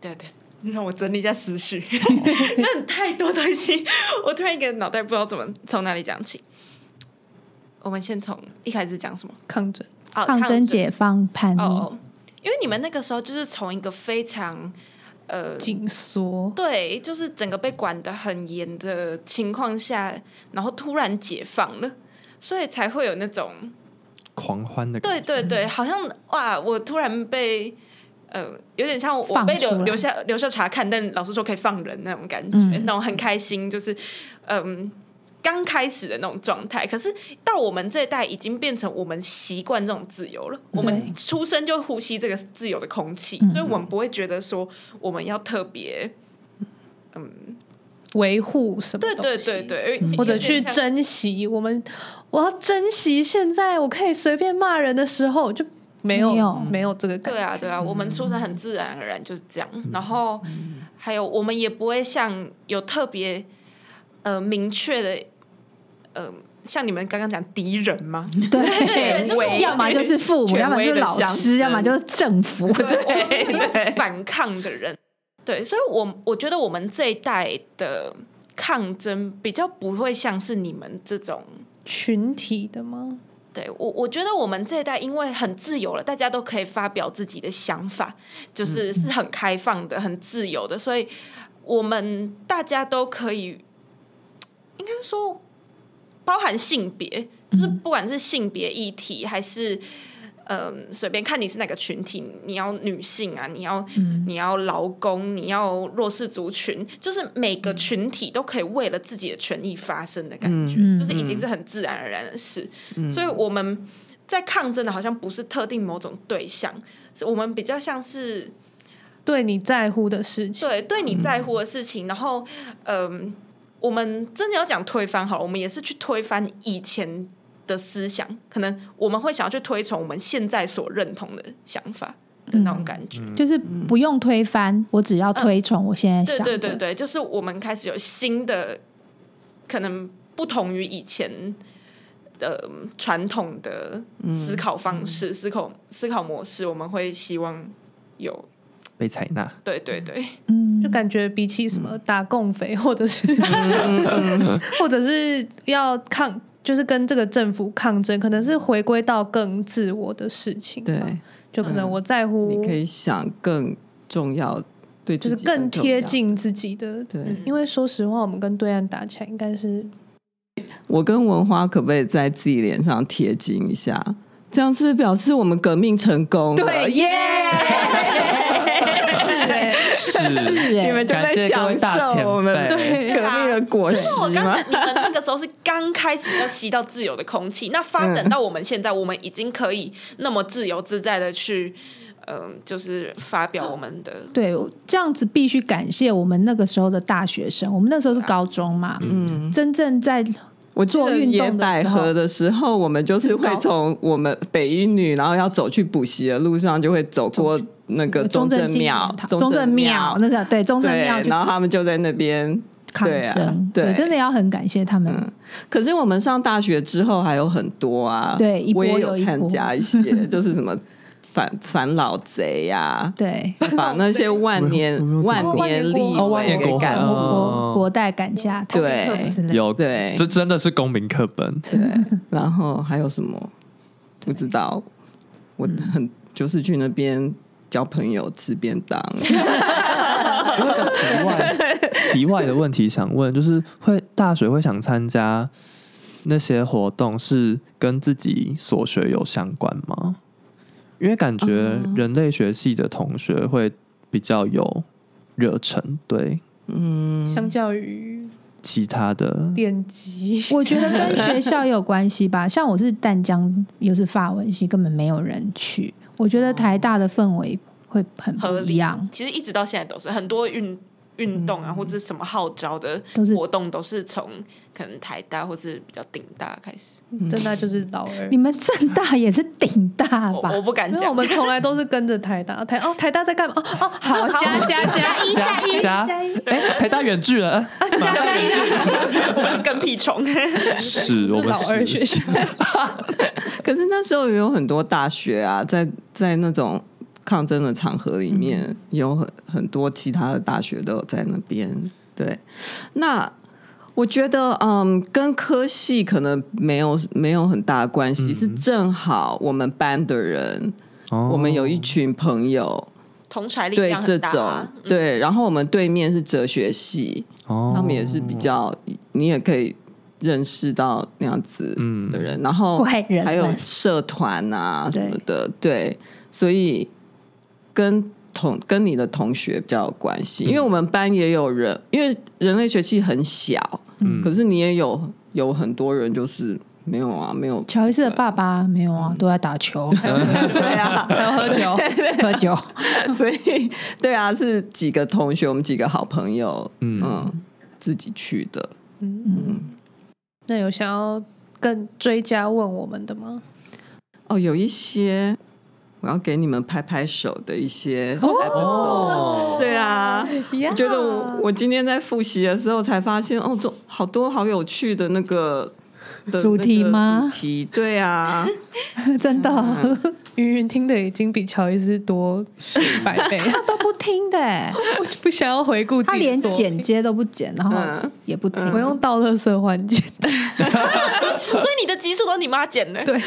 [SPEAKER 4] 对对， 让我整理一下思 绪，那太多东西，我突然一个脑袋不知道怎么从哪里讲起。我们先从一开始讲什么？
[SPEAKER 1] 抗争，
[SPEAKER 4] 哦
[SPEAKER 2] 抗争解放叛逆，
[SPEAKER 4] 哦哦，因为你们那个时候就是从一个非常呃
[SPEAKER 1] 紧缩，
[SPEAKER 4] 对，就是整个被管得很严的情况下，然后突然解放了，所以才会有那种
[SPEAKER 3] 狂欢的感
[SPEAKER 4] 对
[SPEAKER 3] 觉，
[SPEAKER 4] 对
[SPEAKER 2] 嗯
[SPEAKER 4] 对，好像哇，我突然被呃，有点像我
[SPEAKER 2] 放
[SPEAKER 4] 被留
[SPEAKER 2] 出来
[SPEAKER 4] 留下留下查看，但老师说可以放人那种感觉，
[SPEAKER 2] 嗯
[SPEAKER 4] 那种很开心，就是嗯。刚开始的那种状态，可是到我们这一代已经变成我们习惯这种自由了。我们出生就呼吸这个自由的空气，
[SPEAKER 2] 嗯
[SPEAKER 4] 所以我们不会觉得说我们要特别，嗯，
[SPEAKER 1] 维护什么
[SPEAKER 4] 对对
[SPEAKER 1] 东西
[SPEAKER 4] 对对，
[SPEAKER 1] 或者去珍惜我们，我要珍惜现在我可以随便骂人的时候，就没有
[SPEAKER 2] 没有
[SPEAKER 1] 没有这个感
[SPEAKER 4] 对
[SPEAKER 1] 觉。
[SPEAKER 4] 啊，对啊，我们出生很自然而然就是这样。嗯然后还有，我们也不会像有特别呃明确的，呃，像你们刚刚讲敌人 嘛，权威
[SPEAKER 2] 对， 要么就是父母，
[SPEAKER 5] 权威的
[SPEAKER 2] 要么就是老
[SPEAKER 5] 象征
[SPEAKER 2] 师，要么就是政府。
[SPEAKER 4] 对，我们反抗的人。对，所以我，我觉得我们这一代的抗争比较不会像是你们这种。
[SPEAKER 1] 群体的吗？
[SPEAKER 4] 对我，我觉得我们这一代因为很自由了，大家都可以发表自己的想法，就是是很开放的、很自由的，所以我们大家都可以，应该说包含性别，就是不管是性别议题还是。嗯，随便看你是哪个群体，你要女性啊，你要、你要劳工，你要弱势族群，就是每个群体都可以为了自己的权益发声的感觉。
[SPEAKER 2] 嗯
[SPEAKER 4] 就是已经是很自然而然的事。所以我们在抗争的好像不是特定某种对象，是我们比较像是
[SPEAKER 1] 对你在乎的事情，
[SPEAKER 4] 对对你在乎的事情，然后嗯、我们真的要讲推翻好了，我们也是去推翻以前。的思想，可能我们会想要去推崇我们现在所认同的想法的那种感觉。
[SPEAKER 2] 就是不用推翻，我只要推崇我现在想
[SPEAKER 4] 对
[SPEAKER 2] 的。
[SPEAKER 4] 嗯对对对，就是我们开始有新的，可能不同于以前的嗯传统的思考方
[SPEAKER 2] 嗯
[SPEAKER 4] 式、思考思考模式，我们会希望有。
[SPEAKER 3] 被采纳。
[SPEAKER 4] 对对对，
[SPEAKER 2] 嗯，
[SPEAKER 1] 就感觉比起什么打共匪，或者是或者是要抗，就是跟这个政府抗争，可能是回归到更自我的事情。
[SPEAKER 5] 对，，
[SPEAKER 1] 就可能我在乎
[SPEAKER 5] 你，可以想更重要，对
[SPEAKER 1] 就
[SPEAKER 5] 自己
[SPEAKER 1] 是
[SPEAKER 5] 重要，
[SPEAKER 1] 更贴近自己的。
[SPEAKER 5] 对。
[SPEAKER 4] 嗯
[SPEAKER 1] 因为说实话，我们跟对岸打起来，应该是
[SPEAKER 5] 我跟文花可不可以在自己脸上贴金一下？这样是表示我们革命成功了。
[SPEAKER 2] 对呃耶，是哎，
[SPEAKER 3] 是
[SPEAKER 2] 是
[SPEAKER 5] 你们
[SPEAKER 2] 哎，
[SPEAKER 5] 就
[SPEAKER 3] 感
[SPEAKER 5] 在
[SPEAKER 3] 谢各位
[SPEAKER 5] 享
[SPEAKER 3] 大前
[SPEAKER 5] 受我们
[SPEAKER 3] 辈
[SPEAKER 5] 革
[SPEAKER 1] 对
[SPEAKER 5] 命的果实
[SPEAKER 4] 我刚
[SPEAKER 5] 吗
[SPEAKER 4] 才？你们那个时候是刚开始要吸到自由的空气，那发展
[SPEAKER 2] 嗯
[SPEAKER 4] 到我们现在，我们已经可以那么自由自在的去，嗯、就是发表我们的
[SPEAKER 2] 对，这样子必须感谢我们那个时候的大学生，我们那时候是高中嘛，
[SPEAKER 5] 嗯，
[SPEAKER 2] 真正在
[SPEAKER 5] 我记
[SPEAKER 2] 做
[SPEAKER 5] 得
[SPEAKER 2] 运动的时候
[SPEAKER 5] 野百合的时候，我们就是会从我们北一女，然后要走去补习的路上，就会走过那个
[SPEAKER 2] 中
[SPEAKER 5] 正
[SPEAKER 2] 纪念
[SPEAKER 5] 庙、
[SPEAKER 2] 堂
[SPEAKER 5] 中
[SPEAKER 2] 中正庙，那个对中正
[SPEAKER 5] 对，
[SPEAKER 2] 庙去
[SPEAKER 5] 然后他们就在那边
[SPEAKER 2] 抗
[SPEAKER 5] 对啊
[SPEAKER 2] 争，
[SPEAKER 5] 对
[SPEAKER 2] 对，真的要很感谢他们
[SPEAKER 5] 嗯，可是我们上大学之后还有很多啊，
[SPEAKER 2] 对一波
[SPEAKER 5] 我也
[SPEAKER 2] 有一波
[SPEAKER 5] 参加一些，就是什么反反老贼呀、
[SPEAKER 2] 对。
[SPEAKER 5] 把那些万年
[SPEAKER 3] 我没有
[SPEAKER 5] 万
[SPEAKER 1] 听过
[SPEAKER 5] 年立
[SPEAKER 1] 哦
[SPEAKER 3] 万
[SPEAKER 5] 委
[SPEAKER 3] 年
[SPEAKER 5] 给
[SPEAKER 3] 国
[SPEAKER 5] 干
[SPEAKER 3] 会
[SPEAKER 5] 掉。
[SPEAKER 3] 哦
[SPEAKER 2] 国国代赶下台
[SPEAKER 5] 对
[SPEAKER 2] 之类的
[SPEAKER 3] 有
[SPEAKER 5] 对
[SPEAKER 3] 这真的是公民课本。
[SPEAKER 5] 然后还有什么？不知道，我很就是去那边交朋友，吃便当。
[SPEAKER 3] 题外题外的问题想问，就是会大学会想参加那些活动，是跟自己所学有相关吗？因为感觉
[SPEAKER 1] 嗯
[SPEAKER 3] 人类学系的同学会比较有热忱，对
[SPEAKER 1] 相较于
[SPEAKER 3] 其他的
[SPEAKER 1] 电击，
[SPEAKER 2] 我觉得跟学校也有关系吧。像我是淡江，又是法文系，根本没有人去。我觉得台大的氛围会很不
[SPEAKER 4] 合
[SPEAKER 2] 一
[SPEAKER 4] 理
[SPEAKER 2] 样。。
[SPEAKER 4] 其实一直到现在都是很多运运动啊，或者什么号召的
[SPEAKER 2] 都是
[SPEAKER 4] 活动，都是从可能台大或是比较顶大开始。
[SPEAKER 1] 真的就是老二
[SPEAKER 2] 你。们正大也是顶大
[SPEAKER 4] 我
[SPEAKER 2] 啊吧？
[SPEAKER 4] 我不敢
[SPEAKER 1] 因为
[SPEAKER 4] 讲，
[SPEAKER 1] 我们从来都是跟着台大，台哦台大在干嘛？哦哦，好加加加一
[SPEAKER 3] 加加
[SPEAKER 1] 加一，
[SPEAKER 3] 哎，台大远距了， 呃
[SPEAKER 1] 加加加，
[SPEAKER 4] 我 们跟屁虫。
[SPEAKER 3] 哎是我们
[SPEAKER 1] 老二学
[SPEAKER 3] 是
[SPEAKER 1] 校，
[SPEAKER 5] 可是那时候也有很多大学啊，在在那种抗争的场合里面，有很很多其他的大学都有在那边。对，那我觉得，嗯，跟科系可能没有没有很大的关系，是正好我们班的人，
[SPEAKER 3] 哦
[SPEAKER 5] 我们有一群朋友
[SPEAKER 4] 同才力
[SPEAKER 5] 对
[SPEAKER 4] 量
[SPEAKER 5] 这
[SPEAKER 4] 很大
[SPEAKER 5] 种
[SPEAKER 4] 啊、嗯
[SPEAKER 5] 对，然后我们对面是哲学系，
[SPEAKER 3] 哦
[SPEAKER 5] 他们也是比较，你也可以认识到那样子
[SPEAKER 3] 嗯
[SPEAKER 5] 的人，然 后
[SPEAKER 2] 怪人们
[SPEAKER 5] 还有社团啊
[SPEAKER 2] 对
[SPEAKER 5] 什么的，对，所以跟同跟你的同学比较有关系，
[SPEAKER 3] 嗯
[SPEAKER 5] 因为我们班也有人，因为人类学系很小，
[SPEAKER 3] 嗯
[SPEAKER 5] 可是你也有有很多人就是没有啊，没有
[SPEAKER 2] 乔伊斯的爸爸没有
[SPEAKER 5] 嗯
[SPEAKER 2] 啊，都在打 球、
[SPEAKER 5] 对啊，
[SPEAKER 1] 还有喝酒，
[SPEAKER 2] 喝酒。
[SPEAKER 5] 所以对啊，是几个同学，我们几个好朋友，
[SPEAKER 3] 嗯
[SPEAKER 5] 嗯，自己去的。
[SPEAKER 1] 嗯
[SPEAKER 2] 嗯
[SPEAKER 1] 那有想要更追加问我们的 吗？
[SPEAKER 5] 哦，有一些我要给你们拍拍手的一些 episode，、
[SPEAKER 3] 哦，
[SPEAKER 5] 对啊。
[SPEAKER 1] 呀
[SPEAKER 5] 我觉得
[SPEAKER 1] 啊
[SPEAKER 5] 我我今天在复习的时候才发现，哦，这好多好有趣的那个的
[SPEAKER 2] 主题
[SPEAKER 5] 那个
[SPEAKER 2] 吗
[SPEAKER 5] 主题对 啊，
[SPEAKER 2] 真的、
[SPEAKER 5] 嗯
[SPEAKER 1] 云云听的已经比乔伊斯多百 倍，
[SPEAKER 2] 他都不听的、欸，
[SPEAKER 1] 我不想要回顾自己
[SPEAKER 2] 他连
[SPEAKER 1] 做
[SPEAKER 2] 剪接都不剪，然后
[SPEAKER 5] 嗯
[SPEAKER 2] 也不听。
[SPEAKER 1] 我用倒垃圾环节，
[SPEAKER 4] 所以你的集数都是你妈剪 的，
[SPEAKER 1] 对，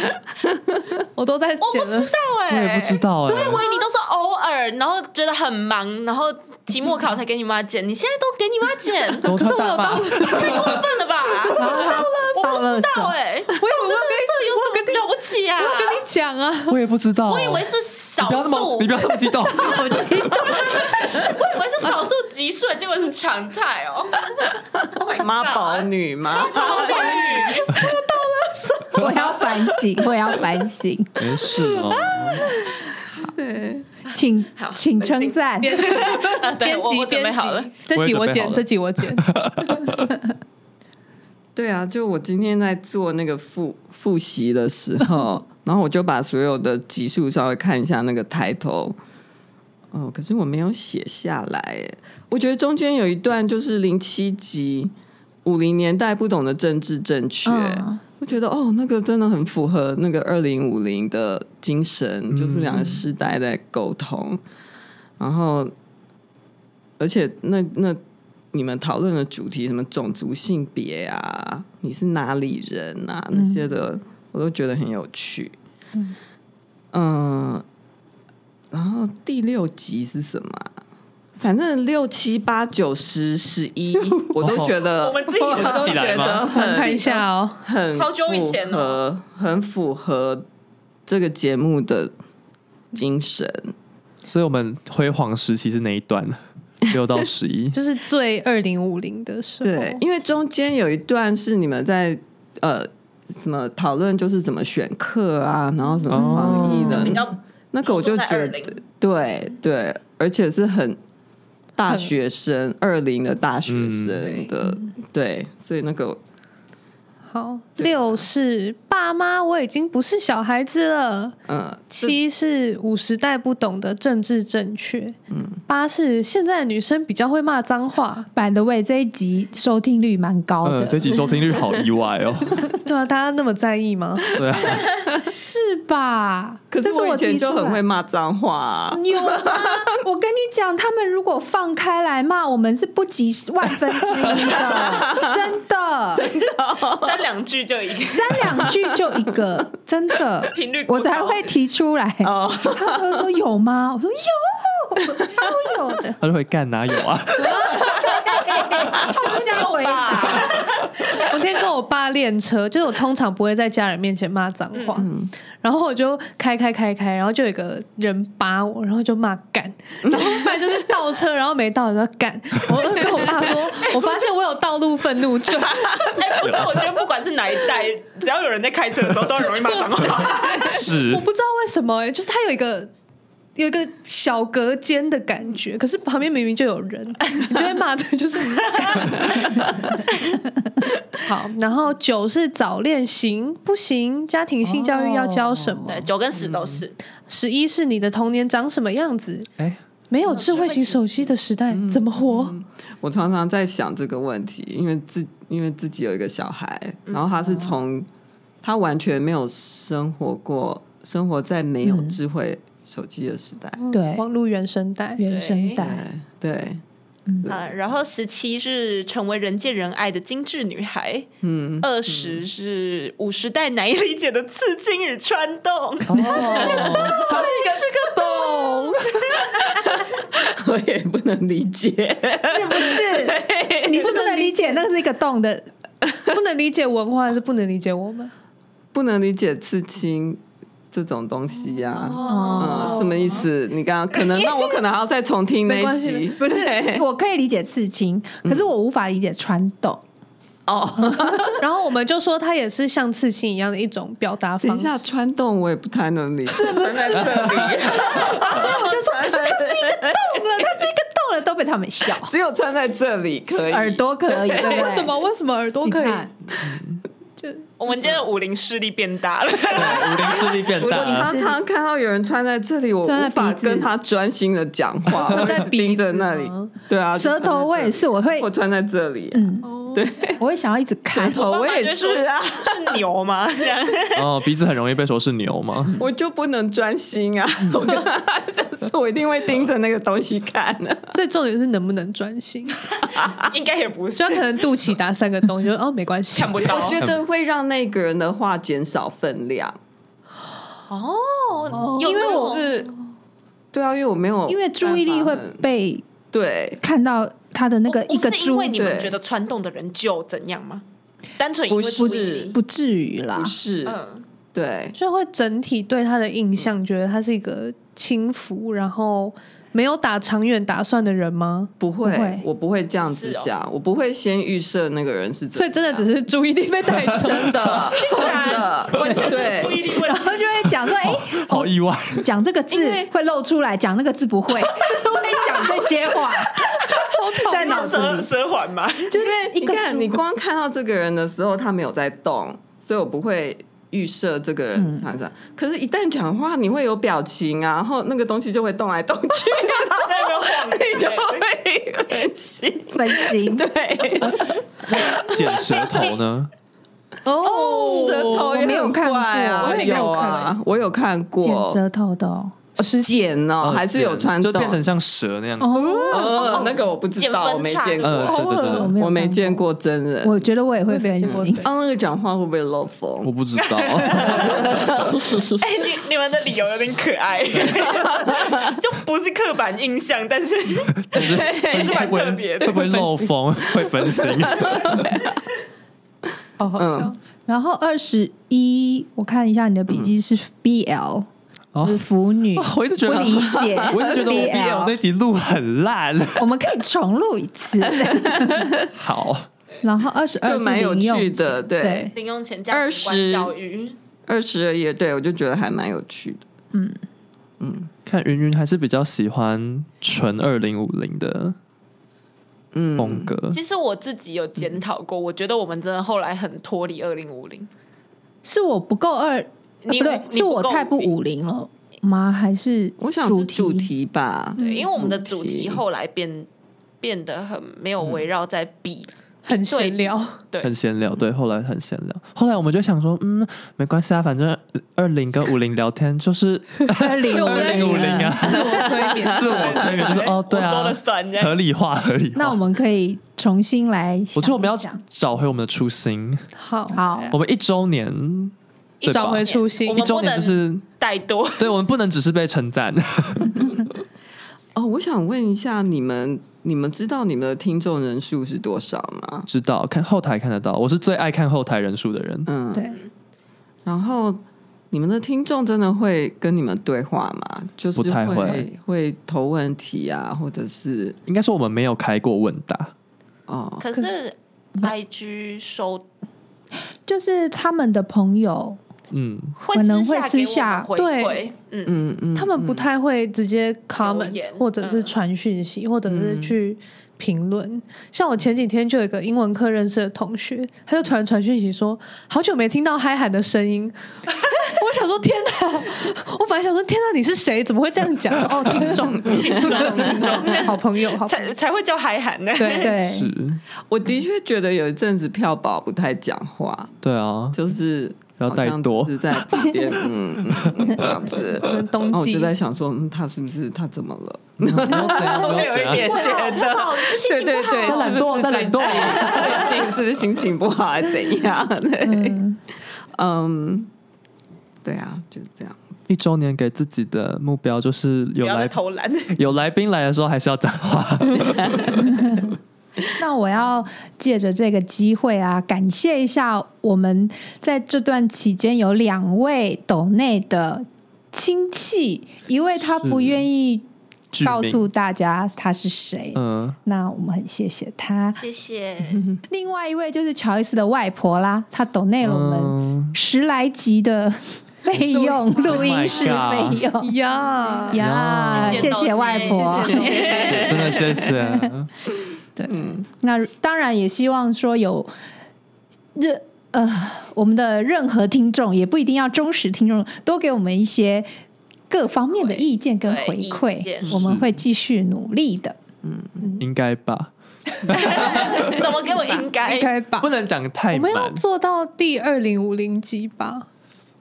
[SPEAKER 1] 我都在剪了。
[SPEAKER 3] 我
[SPEAKER 4] 对，
[SPEAKER 3] 也不知道哎、
[SPEAKER 4] 欸对，我以为你都是偶尔，然后觉得很忙，然后期末考才给你妈剪，你现在都给你妈剪，
[SPEAKER 3] 怎么突然大骂？
[SPEAKER 4] 太过分了吧？
[SPEAKER 2] 然后他倒
[SPEAKER 5] 欸
[SPEAKER 2] 垃
[SPEAKER 4] 到
[SPEAKER 2] 圾，
[SPEAKER 4] 哎、我以为我跟这有什么了不起啊？
[SPEAKER 1] 跟你讲 啊，
[SPEAKER 3] 我也不知道。
[SPEAKER 4] 我以为是少
[SPEAKER 3] 你不要那么，
[SPEAKER 4] 数，
[SPEAKER 3] 你不要那么 激动。
[SPEAKER 2] 好激动，
[SPEAKER 4] 我以为是少数集数，结果是常态 哦。Oh my god
[SPEAKER 5] 妈宝女吗？
[SPEAKER 2] 我要反省，我要反 省，
[SPEAKER 3] 没事 哦，
[SPEAKER 2] 请
[SPEAKER 4] 好
[SPEAKER 2] 请称赞。
[SPEAKER 4] 啊对
[SPEAKER 1] 编
[SPEAKER 4] 我
[SPEAKER 1] 辑
[SPEAKER 4] 我准备
[SPEAKER 1] 编
[SPEAKER 4] 好了
[SPEAKER 1] 辑，，这集
[SPEAKER 3] 我
[SPEAKER 1] 我
[SPEAKER 3] 也准备
[SPEAKER 1] 剪，
[SPEAKER 3] 好了
[SPEAKER 1] 这集我剪。
[SPEAKER 5] 对啊，就我今天在做那个复复习的时候， 然后我就把所有的集数稍微看一下那个抬头。哦，可是我没有写下来耶。我觉得中间有一段就是零七集五零年代不懂得政治正确，
[SPEAKER 2] 嗯
[SPEAKER 5] 我觉得哦，那个真的很符合那个二零五零的精神，就是两个世代在沟通。然后，而且那那你们讨论的主题，什么种族、性别啊，你是哪里人啊，那些的，我都觉得很有趣。嗯、然后第六集是什么啊？反正六七八九十十一，我都觉得，
[SPEAKER 4] 哦我们自己
[SPEAKER 5] 我都
[SPEAKER 3] 起来
[SPEAKER 5] 觉
[SPEAKER 3] 吗
[SPEAKER 5] 得很
[SPEAKER 1] 看一下哦，，
[SPEAKER 5] 很
[SPEAKER 4] 好久以前哦
[SPEAKER 5] 符合很符合这个节目的精神。
[SPEAKER 3] 所以我们辉煌时期是哪一段？六到十一
[SPEAKER 1] 就是最二零五零的时候，
[SPEAKER 5] 对，因为中间有一段是你们在呃什么讨论，就是怎么选课啊，然后
[SPEAKER 3] 哦
[SPEAKER 5] 什么防疫的，
[SPEAKER 4] 比较
[SPEAKER 5] 那个我就
[SPEAKER 4] 注重在
[SPEAKER 5] 觉得
[SPEAKER 4] 20
[SPEAKER 5] 对对，而且是很。大学生，二零的大学
[SPEAKER 3] 嗯
[SPEAKER 5] 生的，对，所以那个
[SPEAKER 1] 好六是爸妈，我已经不是小孩子了。
[SPEAKER 5] 嗯，
[SPEAKER 1] 七是五十代不懂得政治正确，八是现在的女生比较会骂脏话，
[SPEAKER 2] By the way，这一集收听率蛮高的
[SPEAKER 3] 嗯，，这集收听率好意外哦。
[SPEAKER 1] 对啊，大家那么在意吗？
[SPEAKER 3] 对啊，
[SPEAKER 2] 是吧？
[SPEAKER 5] 可
[SPEAKER 2] 这
[SPEAKER 5] 是我以前
[SPEAKER 2] 提出
[SPEAKER 5] 就很
[SPEAKER 2] 来
[SPEAKER 5] 会骂脏话、啊，
[SPEAKER 2] 有吗？我跟你讲，他们如果放开来骂我们，是不及万分之一的， 真的，
[SPEAKER 4] 三两句就 一个。
[SPEAKER 2] 三两句就一个，真的
[SPEAKER 4] 频率，过
[SPEAKER 2] 我
[SPEAKER 4] 高
[SPEAKER 2] 才会提出 来。
[SPEAKER 5] 哦
[SPEAKER 2] 他们都说有吗？我说有，超有的。
[SPEAKER 3] 他就会干哪有啊？
[SPEAKER 2] 他们这样回答，
[SPEAKER 4] 啊
[SPEAKER 1] 我那天跟我爸练车，就是我通常不会在家人面前骂脏话，然后我就开开开开，然后就有一个人扒我，然后就骂 干，然后后来就是倒车，然后没倒就干，我就跟我爸说，我发现我有道路愤怒症，
[SPEAKER 4] 哎、不是，我觉得不管是哪一代，只要有人在开车的时候，都很容易骂脏话。
[SPEAKER 3] 是
[SPEAKER 1] 我不知道为什么、欸，就是它有一个。有一个小隔间的感觉，可是旁边明明就有人，你就会骂的， 就是很干好。然后九是早恋行不行？家庭性教育要教什么？
[SPEAKER 4] 对，九跟十都是。
[SPEAKER 1] 十一是你的童年长什么样子？
[SPEAKER 3] 哎，
[SPEAKER 1] 没有智慧型手机的时代怎么活？
[SPEAKER 5] 我常常在想这个问题，因为自因为自己有一个小孩，然后他是从他完全没有生活过，生活在没有智慧手机的时代，
[SPEAKER 2] 对，
[SPEAKER 1] 网络原生代，
[SPEAKER 2] 原声带，
[SPEAKER 5] 对对，嗯
[SPEAKER 4] 啊，然后十七是成为人见人爱的精致女孩，
[SPEAKER 5] 嗯，
[SPEAKER 4] 二十是五十代难以理解的刺青与穿洞，
[SPEAKER 3] 哦，
[SPEAKER 5] 我也不能理解，
[SPEAKER 2] 是不是？你是不能理解，那个是一个洞的，
[SPEAKER 1] 不能理解文化，还是不能理解我们？
[SPEAKER 5] 不能理解刺青这种东西呀、
[SPEAKER 2] 哦
[SPEAKER 5] 嗯，什么意思？你刚刚可能，那我可能还要再重听那
[SPEAKER 1] 没关
[SPEAKER 5] 一
[SPEAKER 1] 系
[SPEAKER 5] 集，
[SPEAKER 2] 不是
[SPEAKER 5] 对？
[SPEAKER 2] 我可以理解刺青，可是我无法理解穿洞。
[SPEAKER 1] 然后我们就说它也是像刺青一样的一种表达
[SPEAKER 5] 等
[SPEAKER 1] 方
[SPEAKER 5] 一
[SPEAKER 1] 式。
[SPEAKER 5] 下，穿洞我也不太能理解，
[SPEAKER 2] 啊所以我就说，可是它是一个洞了，它是一个洞了，都被他们笑，
[SPEAKER 5] 只有穿在这里可以。
[SPEAKER 2] 耳朵可以，对不对？
[SPEAKER 1] 为什么？为什么耳朵
[SPEAKER 2] 你
[SPEAKER 1] 可以？
[SPEAKER 2] 看
[SPEAKER 1] 就
[SPEAKER 4] 我们今天的武林势力变大 了。
[SPEAKER 3] 对，武林势力变
[SPEAKER 5] 我
[SPEAKER 3] 大
[SPEAKER 5] 我
[SPEAKER 3] 了
[SPEAKER 5] 常。常看到有人穿在这里，我
[SPEAKER 2] 穿在
[SPEAKER 5] 无法
[SPEAKER 2] 鼻子
[SPEAKER 5] 跟他专心的讲 话，我
[SPEAKER 1] 在
[SPEAKER 5] 会盯着那
[SPEAKER 1] 鼻
[SPEAKER 5] 里
[SPEAKER 1] 子吗。
[SPEAKER 5] 对啊，
[SPEAKER 2] 舌头我也是，我会
[SPEAKER 5] 我穿在这里，
[SPEAKER 2] 嗯，
[SPEAKER 1] 哦，
[SPEAKER 5] 对，
[SPEAKER 2] 我会想要一直看
[SPEAKER 5] 舌，头我也是啊，
[SPEAKER 4] 是牛吗？这样
[SPEAKER 3] 哦，鼻子很容易被说是牛 吗？
[SPEAKER 5] 我就不能专心啊，
[SPEAKER 2] 嗯
[SPEAKER 5] 我 跟他就是我一定会盯着那个东西看啊的、
[SPEAKER 1] 所以重点是能不能专心。
[SPEAKER 4] 应该也不是
[SPEAKER 1] 虽，然可能肚脐打三个洞，就哦没关系
[SPEAKER 4] 看，不到
[SPEAKER 5] 我。
[SPEAKER 2] 嗯
[SPEAKER 5] 觉得会让那个人的话减少分量，
[SPEAKER 4] 哦
[SPEAKER 1] 因为我
[SPEAKER 5] 就是对啊，因为我没有办法很，
[SPEAKER 2] 因为注意力会被
[SPEAKER 5] 对
[SPEAKER 2] 看到他的那个
[SPEAKER 4] 哦不
[SPEAKER 2] 一个
[SPEAKER 4] 是因
[SPEAKER 2] 猪
[SPEAKER 4] 为你们
[SPEAKER 5] 对
[SPEAKER 4] 觉得穿洞的人就怎样吗？单纯因为
[SPEAKER 5] 不是
[SPEAKER 4] 出息
[SPEAKER 2] 不至于啦
[SPEAKER 5] 不。是，
[SPEAKER 4] 嗯，
[SPEAKER 5] 对，
[SPEAKER 1] 就会整体对他的印象觉得他是一个轻浮，然后没有打长远打算的人吗？
[SPEAKER 5] 不会，
[SPEAKER 2] 不会
[SPEAKER 5] 我不会这样子
[SPEAKER 4] 是哦
[SPEAKER 5] 想，我不会先预设那个人是怎样，
[SPEAKER 1] 所以真的只是注意力被带 走，
[SPEAKER 5] 真的真的
[SPEAKER 4] 完全是不
[SPEAKER 5] 对。
[SPEAKER 4] 一定问
[SPEAKER 2] 然
[SPEAKER 4] 题。
[SPEAKER 2] 后就会讲说，哎、
[SPEAKER 3] 好意外，
[SPEAKER 2] 讲这个
[SPEAKER 5] 因
[SPEAKER 2] 字
[SPEAKER 5] 为
[SPEAKER 2] 会露出来，讲那个字不 会，就是会想这些话，在脑子
[SPEAKER 4] 蛇
[SPEAKER 2] 里，
[SPEAKER 4] 蛇环嘛，
[SPEAKER 2] 就是一
[SPEAKER 5] 你
[SPEAKER 2] 个
[SPEAKER 5] 看，你
[SPEAKER 2] 猪
[SPEAKER 5] 光看到这个人的时候，他没有在动，所以我不会预设这个人产生。可是，一旦讲话，你会有表情啊，然后那个东西就会动来动 去，
[SPEAKER 4] 在那边晃，
[SPEAKER 5] 你就 会分心。
[SPEAKER 2] 分心，
[SPEAKER 5] 对，
[SPEAKER 3] 剪舌头呢？
[SPEAKER 1] 哦
[SPEAKER 5] 舌头也
[SPEAKER 2] 我没有
[SPEAKER 5] 很
[SPEAKER 2] 看过
[SPEAKER 5] 怪啊
[SPEAKER 1] 我也没有
[SPEAKER 5] 有
[SPEAKER 1] 看
[SPEAKER 5] 啊，我有看
[SPEAKER 2] 剪
[SPEAKER 5] 过
[SPEAKER 2] 舌头的哦、
[SPEAKER 5] 剪哦，
[SPEAKER 3] 呃
[SPEAKER 5] 还是有
[SPEAKER 3] 剪
[SPEAKER 5] 穿
[SPEAKER 3] 就
[SPEAKER 5] 洞，
[SPEAKER 3] 变成像蛇那样。
[SPEAKER 2] 哦
[SPEAKER 5] 呃，那个我不知
[SPEAKER 4] 剪
[SPEAKER 5] 道，
[SPEAKER 4] 分
[SPEAKER 5] 我没
[SPEAKER 4] 叉
[SPEAKER 5] 见
[SPEAKER 3] 呃，
[SPEAKER 5] 过，
[SPEAKER 3] 对对对
[SPEAKER 2] 我
[SPEAKER 3] 对，
[SPEAKER 2] 没有，
[SPEAKER 5] 我没见，过真人。
[SPEAKER 2] 我觉得我也会分
[SPEAKER 1] 我也没
[SPEAKER 2] 心
[SPEAKER 1] 见，
[SPEAKER 5] 啊，那个讲话会不会漏风
[SPEAKER 3] 我？不知道。
[SPEAKER 4] 哎，你你们的理由有点可 爱，就不是刻板印象，但是
[SPEAKER 3] 但是但是会不
[SPEAKER 4] 蛮特别
[SPEAKER 3] 会
[SPEAKER 4] 的
[SPEAKER 3] 会不会漏风？会分心？
[SPEAKER 1] 哦好好笑
[SPEAKER 5] 嗯，
[SPEAKER 2] 然后二十一，我看一下你的笔记是 BL，、
[SPEAKER 3] 哦
[SPEAKER 2] 就是腐女，
[SPEAKER 3] 我一直觉得
[SPEAKER 2] 不理解
[SPEAKER 3] 我一直觉得我
[SPEAKER 2] BL
[SPEAKER 3] BL 那集录很烂。
[SPEAKER 2] 我们可以重录一次。
[SPEAKER 3] 好，
[SPEAKER 2] 然后二十二
[SPEAKER 5] 就蛮有趣的对
[SPEAKER 2] 对，
[SPEAKER 4] 零用钱加景观教育，
[SPEAKER 5] 二十而已，对我就觉得还蛮有趣的。
[SPEAKER 2] 嗯，
[SPEAKER 3] 看云云还是比较喜欢纯二零五零的
[SPEAKER 5] 嗯，
[SPEAKER 3] 风格。
[SPEAKER 4] 其实我自己有检讨过，我觉得我们真的后来很脱离二零五零。
[SPEAKER 2] 是我不够二，啊不
[SPEAKER 4] 你
[SPEAKER 2] 对，
[SPEAKER 4] 你
[SPEAKER 2] 是我
[SPEAKER 4] 够
[SPEAKER 2] 太不
[SPEAKER 4] 50
[SPEAKER 2] 五零了吗？还是
[SPEAKER 5] 我想是主题吧，
[SPEAKER 2] 嗯
[SPEAKER 4] 对，因为我们的主
[SPEAKER 5] 主
[SPEAKER 4] 题
[SPEAKER 5] 题
[SPEAKER 4] 后来变变得很没
[SPEAKER 2] 嗯
[SPEAKER 4] 有围绕在 B，、
[SPEAKER 1] 很闲 聊，
[SPEAKER 4] 对
[SPEAKER 3] 很闲聊，对，后来很闲聊。后来我们就想说，嗯，没关系啊，反正二零跟五零聊天 就是
[SPEAKER 4] 啊
[SPEAKER 2] 二零
[SPEAKER 1] 对我们在
[SPEAKER 3] 2050啊
[SPEAKER 1] 自我催眠，
[SPEAKER 3] 自我催眠， 就说哦，对
[SPEAKER 4] 我说
[SPEAKER 3] 啊
[SPEAKER 4] 了，算这
[SPEAKER 3] 合
[SPEAKER 4] 样。
[SPEAKER 3] 理化，合理化。
[SPEAKER 2] 那我们可以重新来想一想，
[SPEAKER 3] 我觉得我们要找回我们的初心。
[SPEAKER 1] 好，
[SPEAKER 2] 好，
[SPEAKER 3] 我们一周年，对
[SPEAKER 1] 找
[SPEAKER 3] 吧？
[SPEAKER 1] 回初心
[SPEAKER 4] 我
[SPEAKER 3] 一
[SPEAKER 4] 们
[SPEAKER 3] 周
[SPEAKER 4] 不
[SPEAKER 3] 年就
[SPEAKER 4] 能
[SPEAKER 3] 是，
[SPEAKER 4] 带
[SPEAKER 2] 哦
[SPEAKER 4] 多，
[SPEAKER 3] 对我们不能只是被称赞。
[SPEAKER 5] 哦，我想问一下你们，你们知道你们的听众人数是多少吗？
[SPEAKER 3] 知道看后台看得到，我是最爱看后台人数的人。
[SPEAKER 5] 嗯，。
[SPEAKER 2] 对，
[SPEAKER 5] 然后你们的听众真的会跟你们对话吗？就是
[SPEAKER 3] 不太会
[SPEAKER 5] 会会投问题啊，或者是
[SPEAKER 3] 应该说我们没有开过问答，
[SPEAKER 5] 哦，
[SPEAKER 4] 可是
[SPEAKER 2] 嗯
[SPEAKER 4] IG 收
[SPEAKER 2] 就是他们的朋友，
[SPEAKER 3] 嗯，
[SPEAKER 4] 会
[SPEAKER 2] 可能会
[SPEAKER 4] 私
[SPEAKER 2] 私
[SPEAKER 4] 下
[SPEAKER 2] 下
[SPEAKER 4] 给我们回
[SPEAKER 1] 对
[SPEAKER 4] 馈，嗯，
[SPEAKER 5] 嗯嗯，
[SPEAKER 1] 他们不太会直接 comment
[SPEAKER 4] 言
[SPEAKER 1] 或者
[SPEAKER 3] 嗯
[SPEAKER 1] 是传讯息，或者是去评论。像我前几天就有一个英文课认识的同学，他就突然传讯息说：“好久没听到嗨喊的声 音。”我想说天哪！我本来想说天哪，你是谁？怎么会这样 讲？哦，听众，听众，听众，好朋友，好朋
[SPEAKER 4] 才
[SPEAKER 1] 友，
[SPEAKER 4] 才会叫海涵呢。
[SPEAKER 1] 对
[SPEAKER 2] 对，
[SPEAKER 3] 是，
[SPEAKER 5] 我的确觉得有一阵子票宝不太讲话，
[SPEAKER 3] 对 啊，
[SPEAKER 5] 就是
[SPEAKER 3] 不要
[SPEAKER 5] 好像
[SPEAKER 3] 带多
[SPEAKER 5] 只是在旁边，嗯，嗯嗯这样子。
[SPEAKER 1] 可能
[SPEAKER 5] 然后
[SPEAKER 1] 冬
[SPEAKER 5] 我就
[SPEAKER 1] 季
[SPEAKER 5] 在想说，嗯，他是不是他怎么了？
[SPEAKER 3] 没有怎样，
[SPEAKER 4] 我
[SPEAKER 3] 没
[SPEAKER 4] 就有一
[SPEAKER 3] 怎
[SPEAKER 4] 点
[SPEAKER 3] 样，
[SPEAKER 2] 啊
[SPEAKER 4] 觉得，
[SPEAKER 5] 对对对，
[SPEAKER 3] 在懒惰，在 懒惰。
[SPEAKER 5] 最近是不是心情不好，还是怎样？对，
[SPEAKER 2] 嗯，
[SPEAKER 5] 嗯，对啊，就是这样。
[SPEAKER 3] 一周年给自己的目标就是
[SPEAKER 4] 不
[SPEAKER 3] 有
[SPEAKER 4] 要再
[SPEAKER 3] 来
[SPEAKER 4] 偷懒。
[SPEAKER 3] 有来宾来的时候还是要讲话，
[SPEAKER 2] 那我要借着这个机会啊，感谢一下我们在这段期间有两位斗内的亲戚，一位他不
[SPEAKER 3] 是
[SPEAKER 2] 愿意
[SPEAKER 3] 剧
[SPEAKER 2] 告
[SPEAKER 3] 名
[SPEAKER 2] 诉大家他是谁，
[SPEAKER 3] 嗯，
[SPEAKER 2] 那我们很谢谢他。
[SPEAKER 4] 谢谢，
[SPEAKER 2] 另外一位就是乔伊斯的外婆啦，她抖内了我们
[SPEAKER 3] 嗯
[SPEAKER 2] 十来集的费 用，录音室
[SPEAKER 3] Oh my
[SPEAKER 2] 费
[SPEAKER 3] god
[SPEAKER 2] 用
[SPEAKER 1] 呀，
[SPEAKER 2] 呀，
[SPEAKER 3] Yeah
[SPEAKER 2] 谢谢外婆
[SPEAKER 1] 谢谢
[SPEAKER 3] 真的谢谢啊 谢，
[SPEAKER 5] 嗯，
[SPEAKER 2] 那当然也希望说有任呃我们的任何听众，也不一定要忠实听众，多给我们一些各方面的意见跟回
[SPEAKER 4] 对意
[SPEAKER 2] 馈
[SPEAKER 4] 见，
[SPEAKER 2] 我们会继续努力的。
[SPEAKER 3] 应该吧？
[SPEAKER 4] 怎么给我应该？
[SPEAKER 1] 应该吧
[SPEAKER 3] 不？能讲
[SPEAKER 1] 我
[SPEAKER 3] 太
[SPEAKER 1] 们要
[SPEAKER 3] 满，
[SPEAKER 1] 做到第二零五零集 吧？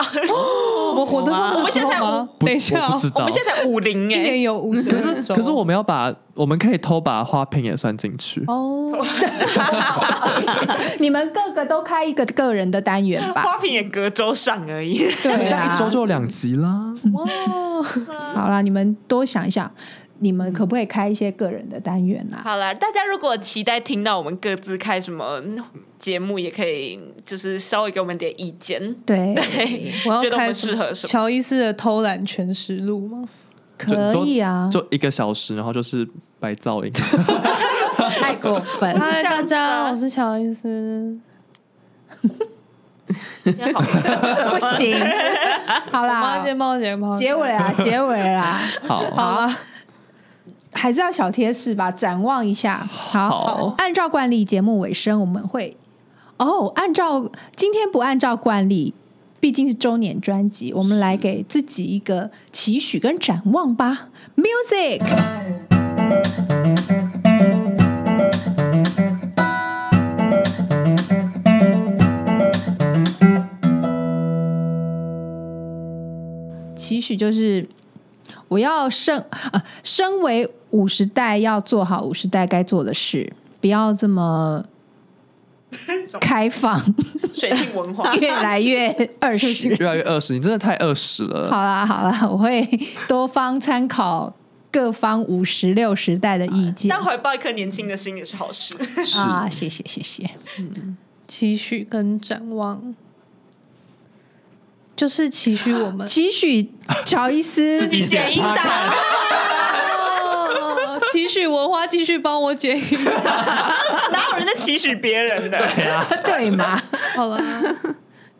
[SPEAKER 1] 哦我活得到那个时候
[SPEAKER 4] 我
[SPEAKER 1] 吗？等一下哦
[SPEAKER 3] 我不，知
[SPEAKER 4] 我
[SPEAKER 3] 道
[SPEAKER 4] 们。现在才五零
[SPEAKER 1] 一年
[SPEAKER 4] 哎，
[SPEAKER 1] 有五十分钟。
[SPEAKER 3] 可是我们要把，我们可以偷把花瓶也算进去。
[SPEAKER 1] 哦，
[SPEAKER 2] 你们各个都开一个个人的单元吧。
[SPEAKER 4] 花瓶也隔周上而已。
[SPEAKER 2] 对
[SPEAKER 3] 那
[SPEAKER 2] 啊，
[SPEAKER 3] 一 周就有两集啦。
[SPEAKER 1] 哇，
[SPEAKER 2] 好啦，你们多想一想，你们可不可以开一些个人的单元啊啦？
[SPEAKER 4] 好了，大家如果期待听到我们各自开什么节目，也可以就是稍微给我们点意见。
[SPEAKER 2] 对，
[SPEAKER 4] 对，
[SPEAKER 1] 我要
[SPEAKER 4] 觉得我
[SPEAKER 1] 开
[SPEAKER 4] 们
[SPEAKER 1] 什
[SPEAKER 4] 适
[SPEAKER 1] 么
[SPEAKER 4] 合什么？
[SPEAKER 1] 乔伊斯的偷懒全实录吗？
[SPEAKER 2] 可以啊，
[SPEAKER 3] 就一个小时，然后就是白噪音。
[SPEAKER 2] 太过分。
[SPEAKER 1] 嗨，大
[SPEAKER 4] 这样
[SPEAKER 1] 家，
[SPEAKER 4] 吧
[SPEAKER 1] 我是乔伊斯。
[SPEAKER 4] 今天好 吗
[SPEAKER 2] 不行。好
[SPEAKER 1] 猫
[SPEAKER 2] 啦，
[SPEAKER 1] 姐，猫姐，猫姐
[SPEAKER 2] 结尾啦，结尾啦，
[SPEAKER 3] 好，
[SPEAKER 1] 好了，
[SPEAKER 2] 还是要小贴士吧，展望一下。好，
[SPEAKER 3] 好
[SPEAKER 2] 按照惯例，节目尾声我们会哦，按照今天不按照惯例。毕竟是周年专辑，我们来给自己一个期许跟展望吧。Music，期许就是我要身啊，身为五十代要做好五十代该做的事，不要这么开 放，
[SPEAKER 4] 水性文化
[SPEAKER 2] 越来越二十。
[SPEAKER 3] 越来越二十，你真的太二十了。
[SPEAKER 2] 好啦好啦，我会多方参考各方五十六十代的意见
[SPEAKER 4] 但怀抱一颗年轻的心也是好事。
[SPEAKER 3] 是
[SPEAKER 2] 啊，谢谢谢谢。
[SPEAKER 4] 嗯
[SPEAKER 1] 期许跟展望，就是期许我 们
[SPEAKER 2] 期许乔伊斯
[SPEAKER 4] 自己剪音档，
[SPEAKER 1] 哦，期许文花继续帮我剪音档。
[SPEAKER 4] 哪有人在期许别人的？
[SPEAKER 2] 对 吗？
[SPEAKER 1] 好了，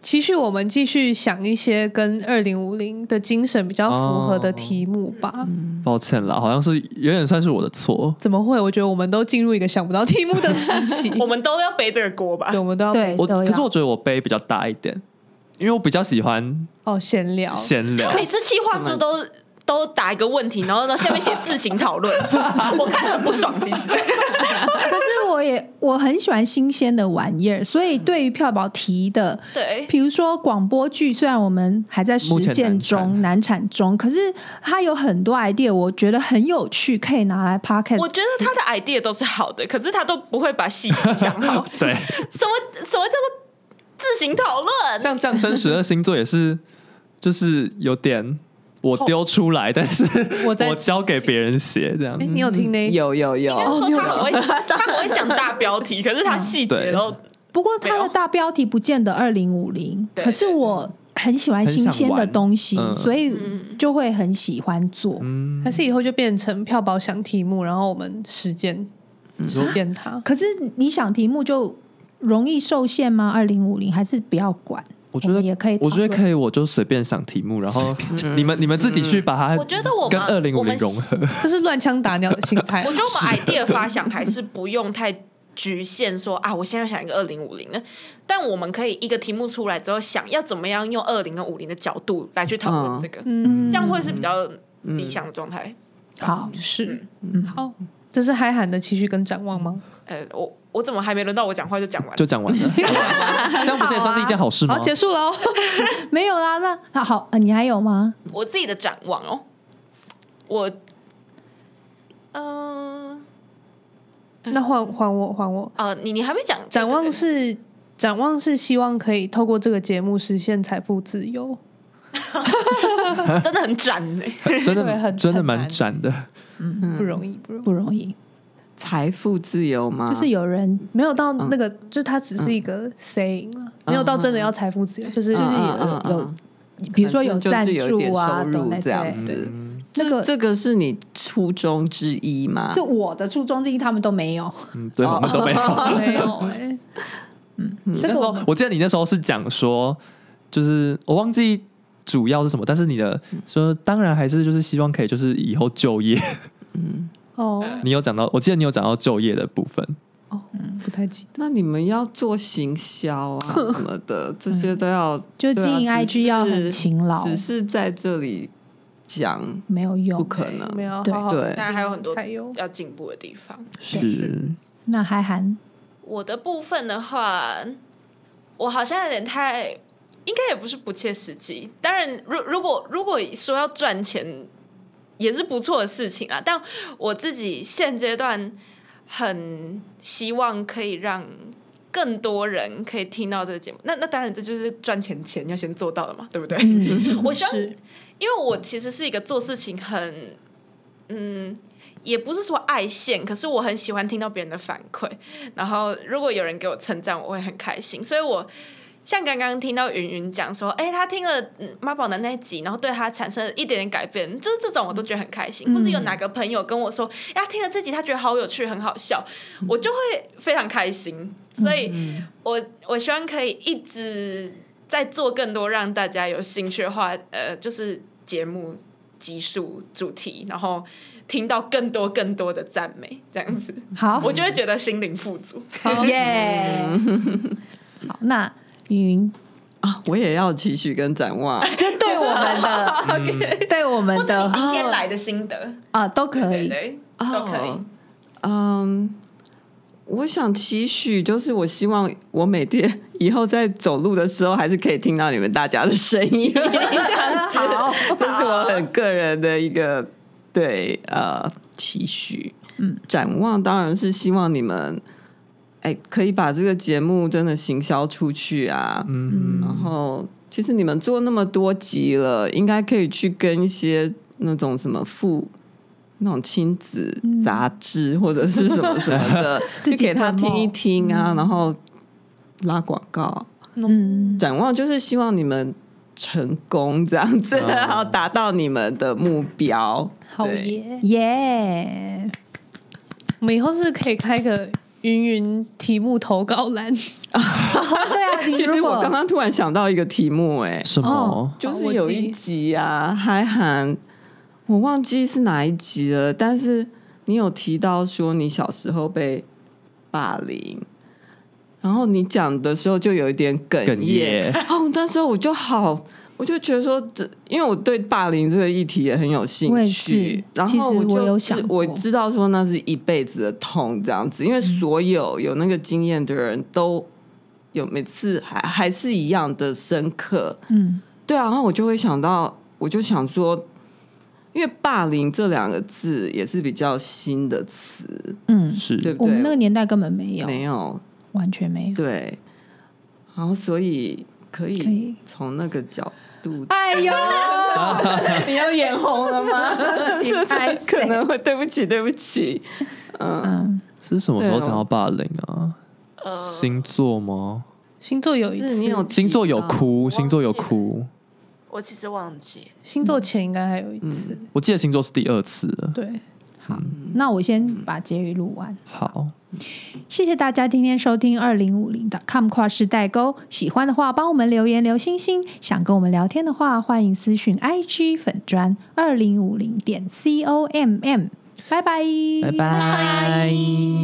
[SPEAKER 1] 期许我们继续想一些跟二零五零的精神比较符合的题目吧。
[SPEAKER 3] 抱歉啦，好像是有点算是我的错。
[SPEAKER 1] 怎么会？我觉得我们都进入一个想不到题目的时期。
[SPEAKER 4] 我们都要背这个锅吧
[SPEAKER 1] 对，？我们都要
[SPEAKER 2] 对，
[SPEAKER 3] 我
[SPEAKER 2] 都
[SPEAKER 3] 可是
[SPEAKER 2] 要
[SPEAKER 3] 我觉得我杯比较大一点，因为我比较喜欢
[SPEAKER 1] 哦闲聊。
[SPEAKER 3] 闲聊。
[SPEAKER 4] 每次计划书都都打一个问题，然后呢下面写自行讨论，我看很不爽。其实
[SPEAKER 2] 可是我也我很喜欢新鲜的玩意儿，所以对于票宝提的
[SPEAKER 4] 对，
[SPEAKER 2] 比如说广播剧，虽然我们还在实现
[SPEAKER 3] 目
[SPEAKER 2] 中、
[SPEAKER 3] 前
[SPEAKER 2] 难产中，可是它有很多 idea，我觉得很有趣，可以拿来 podcast
[SPEAKER 4] 我。觉得他的 idea 都是好的，可是他都不会把细节想好。
[SPEAKER 3] 对，
[SPEAKER 4] 什么什么叫做自行讨论？
[SPEAKER 3] 像降生十二星座也是，就是有点我丢出来，但是
[SPEAKER 1] 我在
[SPEAKER 3] 我交给别人写这样
[SPEAKER 1] 哎、。你有听那一
[SPEAKER 5] 有有
[SPEAKER 1] 哦
[SPEAKER 5] 有，
[SPEAKER 4] 说他很会，他很会想大 标题，可是他细节
[SPEAKER 3] 对
[SPEAKER 4] 都
[SPEAKER 2] 不过它的大标题不见得二零五零，
[SPEAKER 4] 对
[SPEAKER 2] 可是我很喜欢新鲜的东西，
[SPEAKER 3] 很想玩嗯
[SPEAKER 2] 所以就会很喜欢做。
[SPEAKER 3] 嗯
[SPEAKER 1] 还，是以后就变成票宝想题目，然后我们实践实践它。
[SPEAKER 2] 可是你想题目就容易受限吗？二零五零还是不要管？
[SPEAKER 3] 我觉得
[SPEAKER 2] 们也可以讨
[SPEAKER 3] 我
[SPEAKER 2] 论，
[SPEAKER 3] 觉得可以，我就随便想题目，然后你们你们自己去把它，
[SPEAKER 4] 我觉得我们
[SPEAKER 3] 跟二零五
[SPEAKER 4] 我
[SPEAKER 3] 零
[SPEAKER 4] 们
[SPEAKER 3] 融合。
[SPEAKER 1] 这是乱枪打鸟的心 态
[SPEAKER 4] 我。觉得我们 idea 发想还是不用太局限说，啊，我现在想一个二零五零的，但我们可以一个题目出来之后，想要怎么样用二零跟五零的角度来去讨论
[SPEAKER 5] 嗯
[SPEAKER 4] 这个，
[SPEAKER 1] 嗯
[SPEAKER 4] 这，样会是比较理想的状态。
[SPEAKER 2] 好。
[SPEAKER 1] 是，好，这是嗨喊的期许跟展望吗？
[SPEAKER 4] 呃，我我怎么还没轮到我讲话就讲完了？
[SPEAKER 3] 就讲完了，这样不是也算是一件好事吗
[SPEAKER 1] 好，？结束 喽。
[SPEAKER 2] 没有啦，那那好、呃你还有吗？
[SPEAKER 4] 我自己的展望哦，我，嗯、
[SPEAKER 1] 那换换我，换我。
[SPEAKER 4] 呃，你你还没讲
[SPEAKER 1] 展
[SPEAKER 4] 对
[SPEAKER 1] 望
[SPEAKER 4] 对
[SPEAKER 1] 是展望是希望可以透过这个节目实现财富自由。
[SPEAKER 4] 对真的很展呢、欸
[SPEAKER 3] 真
[SPEAKER 1] 对很
[SPEAKER 3] 的真的
[SPEAKER 1] 很
[SPEAKER 3] 蛮
[SPEAKER 1] 难
[SPEAKER 3] 展的，嗯
[SPEAKER 1] 不容易，不容易，
[SPEAKER 2] 不容易，
[SPEAKER 5] 财富自由
[SPEAKER 3] 啊
[SPEAKER 5] 吗？
[SPEAKER 2] 就是有人
[SPEAKER 1] 没有到那个，
[SPEAKER 3] 嗯
[SPEAKER 1] 就它只是一个 saying 了，没有到真的要财富自由，就是
[SPEAKER 2] 就是
[SPEAKER 5] 嗯
[SPEAKER 2] 啊有
[SPEAKER 5] 嗯嗯嗯
[SPEAKER 2] 有比如说有
[SPEAKER 5] 就是
[SPEAKER 2] 赞
[SPEAKER 5] 有一点
[SPEAKER 2] 助啊，
[SPEAKER 5] 收入
[SPEAKER 2] 懂类
[SPEAKER 5] 这样
[SPEAKER 2] 对
[SPEAKER 5] 子
[SPEAKER 2] 对
[SPEAKER 3] 嗯
[SPEAKER 2] 那个
[SPEAKER 5] 这个啊是你初衷之一吗
[SPEAKER 2] 是？我的初衷之一，他们都没有。
[SPEAKER 3] 嗯，对，我们都没有。
[SPEAKER 1] 没有哎，
[SPEAKER 5] 嗯
[SPEAKER 2] 这
[SPEAKER 3] 那时
[SPEAKER 2] 个
[SPEAKER 3] 候
[SPEAKER 2] 我
[SPEAKER 3] 我记得你那时候是讲说，就是呃我忘记主要是什么，但是你的说当然还是就是希望可以就是以后就业，
[SPEAKER 1] 哦
[SPEAKER 3] 你有讲到，我记得你有讲到就业的部分，
[SPEAKER 1] 哦，不太记
[SPEAKER 5] 那你们要做行销啊什么的，这些都要
[SPEAKER 2] 就
[SPEAKER 5] 对啊
[SPEAKER 2] 经营
[SPEAKER 5] 只
[SPEAKER 2] IG 要很
[SPEAKER 5] 是
[SPEAKER 2] 勤劳
[SPEAKER 5] 只是在这里讲
[SPEAKER 2] 没有用，
[SPEAKER 5] 不可
[SPEAKER 1] 得，
[SPEAKER 5] 能。
[SPEAKER 1] 没有好
[SPEAKER 2] 对
[SPEAKER 1] 好
[SPEAKER 5] 对
[SPEAKER 4] 但还有很
[SPEAKER 1] 嗯
[SPEAKER 4] 多
[SPEAKER 1] 才有
[SPEAKER 4] 要进步的地方。
[SPEAKER 3] 是
[SPEAKER 2] 那还含
[SPEAKER 4] 我的部分的话，我好像有点太，应该也不是不切实际。当然，如如果如果说要赚钱，也是不错的事情啊。但我自己现阶段很希望可以让更多人可以听到这个节目。那那当然，这就是赚钱前要先做到的嘛，对不对？我希望，因为我其实是一个做事情很，嗯，也不是说爱现，可是我很喜欢听到别人的反馈。然后如果有人给我称赞，我会很开心。所以我像刚刚听到云云讲说，哎、她听了嗯妈宝男那一集，然后对她产生了一点点改变，就是这种我都觉得很开心。或者有哪个朋友跟我说，哎、她听了这集，她觉得好有趣，很好笑，我就会非常开心。所以我我希望可以一直在做更多让大家有兴趣的话，呃，就是节目。集数主题，然后听到更多更多的赞美，这样子。
[SPEAKER 2] 好
[SPEAKER 4] 我就会觉得心灵富足。
[SPEAKER 2] 耶。
[SPEAKER 5] 嗯
[SPEAKER 2] 好，那云
[SPEAKER 5] 啊，我也要期许跟展望。
[SPEAKER 2] 这对我们 的
[SPEAKER 4] 嗯
[SPEAKER 2] 对我
[SPEAKER 4] 或
[SPEAKER 2] 们
[SPEAKER 4] 者
[SPEAKER 2] 的
[SPEAKER 4] 你今天来的心得，
[SPEAKER 2] 啊都啊可
[SPEAKER 4] 对
[SPEAKER 2] 以，啊
[SPEAKER 4] 对，都可以
[SPEAKER 5] 哦。嗯，我想期许就是，我希望我每天以后在走路的时候，还是可以听到你们大家的声音。
[SPEAKER 2] 好，
[SPEAKER 5] 这是我很个人的一个对呃期许。嗯，展望当然是希望你们哎可以把这个节目真的行销出去啊。
[SPEAKER 3] 嗯
[SPEAKER 5] 然后其实你们做那么多集了，应该可以去跟一些那种什么父。那种亲子杂志或者是什么什么的，
[SPEAKER 2] 嗯 自
[SPEAKER 5] 就
[SPEAKER 2] 己
[SPEAKER 5] 给他
[SPEAKER 2] promote
[SPEAKER 5] 听一听啊，然后拉广告。
[SPEAKER 2] 嗯，
[SPEAKER 5] 展望就是希望你们成功这样子，
[SPEAKER 3] 哦
[SPEAKER 5] 然后达到你们的目标。
[SPEAKER 1] 好
[SPEAKER 5] 对
[SPEAKER 1] 耶！
[SPEAKER 2] 耶，
[SPEAKER 1] 我们以后是不是可以开个云云题目投稿栏，
[SPEAKER 2] 对 啊，你
[SPEAKER 5] 其
[SPEAKER 2] 如
[SPEAKER 5] 实
[SPEAKER 2] 果
[SPEAKER 5] 我刚刚突然想到一个题目、哎，
[SPEAKER 3] 什么
[SPEAKER 2] 哦？
[SPEAKER 5] 就是有一集啊，嗨喊，我忘记是哪一集了，但是你有提到说你小时候被霸凌。然后你讲的时候就有一点哽咽，
[SPEAKER 3] 哽咽
[SPEAKER 5] 哦，那时候我就好，我就觉得说，这因为我对霸凌这个议题也很有兴
[SPEAKER 2] 我也
[SPEAKER 5] 趣
[SPEAKER 2] 是，
[SPEAKER 5] 然
[SPEAKER 2] 其实
[SPEAKER 5] 后就
[SPEAKER 2] 我有
[SPEAKER 5] 知
[SPEAKER 2] 想过嗯
[SPEAKER 5] 我知道说那是一辈子的痛，这样子，因为所有有那个经验的人都有每次还还是一样的深刻，
[SPEAKER 2] 嗯
[SPEAKER 5] 对啊，然后我就会想到，我就想说，因为霸凌这两个字也是比较新的词，
[SPEAKER 2] 嗯，
[SPEAKER 5] 对
[SPEAKER 3] 是
[SPEAKER 5] 不
[SPEAKER 2] 我
[SPEAKER 5] 对？
[SPEAKER 2] 们那个年代根本没有，
[SPEAKER 5] 没有
[SPEAKER 2] 完全没有。
[SPEAKER 5] 对，然后所以可
[SPEAKER 2] 可
[SPEAKER 5] 以
[SPEAKER 2] 以
[SPEAKER 5] 从那个角 度，
[SPEAKER 2] 哎呦，
[SPEAKER 5] 你要眼红了吗
[SPEAKER 2] 紧 拍死
[SPEAKER 5] 可能会对不起，对不起，
[SPEAKER 2] 嗯，
[SPEAKER 3] 是什么时候
[SPEAKER 5] 对哦
[SPEAKER 3] 讲到霸凌啊？星座吗？
[SPEAKER 1] 星座有一
[SPEAKER 5] 是
[SPEAKER 1] 次，
[SPEAKER 5] 你有提
[SPEAKER 3] 星座有
[SPEAKER 5] 到
[SPEAKER 3] 哭，
[SPEAKER 4] 记
[SPEAKER 3] 星座有
[SPEAKER 4] 了
[SPEAKER 3] 哭。
[SPEAKER 4] 我其实忘记，
[SPEAKER 1] 星座前应该还有一次，
[SPEAKER 5] 嗯
[SPEAKER 3] 我记得星座是第二次了。
[SPEAKER 1] 对，
[SPEAKER 2] 好，那我先把结语录完。
[SPEAKER 3] 好，
[SPEAKER 2] 谢谢大家今天收听二零五零的 com 跨世代沟。喜欢的话，帮我们留言留星星。想跟我们聊天的话，欢迎私讯 IG 粉砖二零五零点 com m。拜拜，
[SPEAKER 3] 拜拜。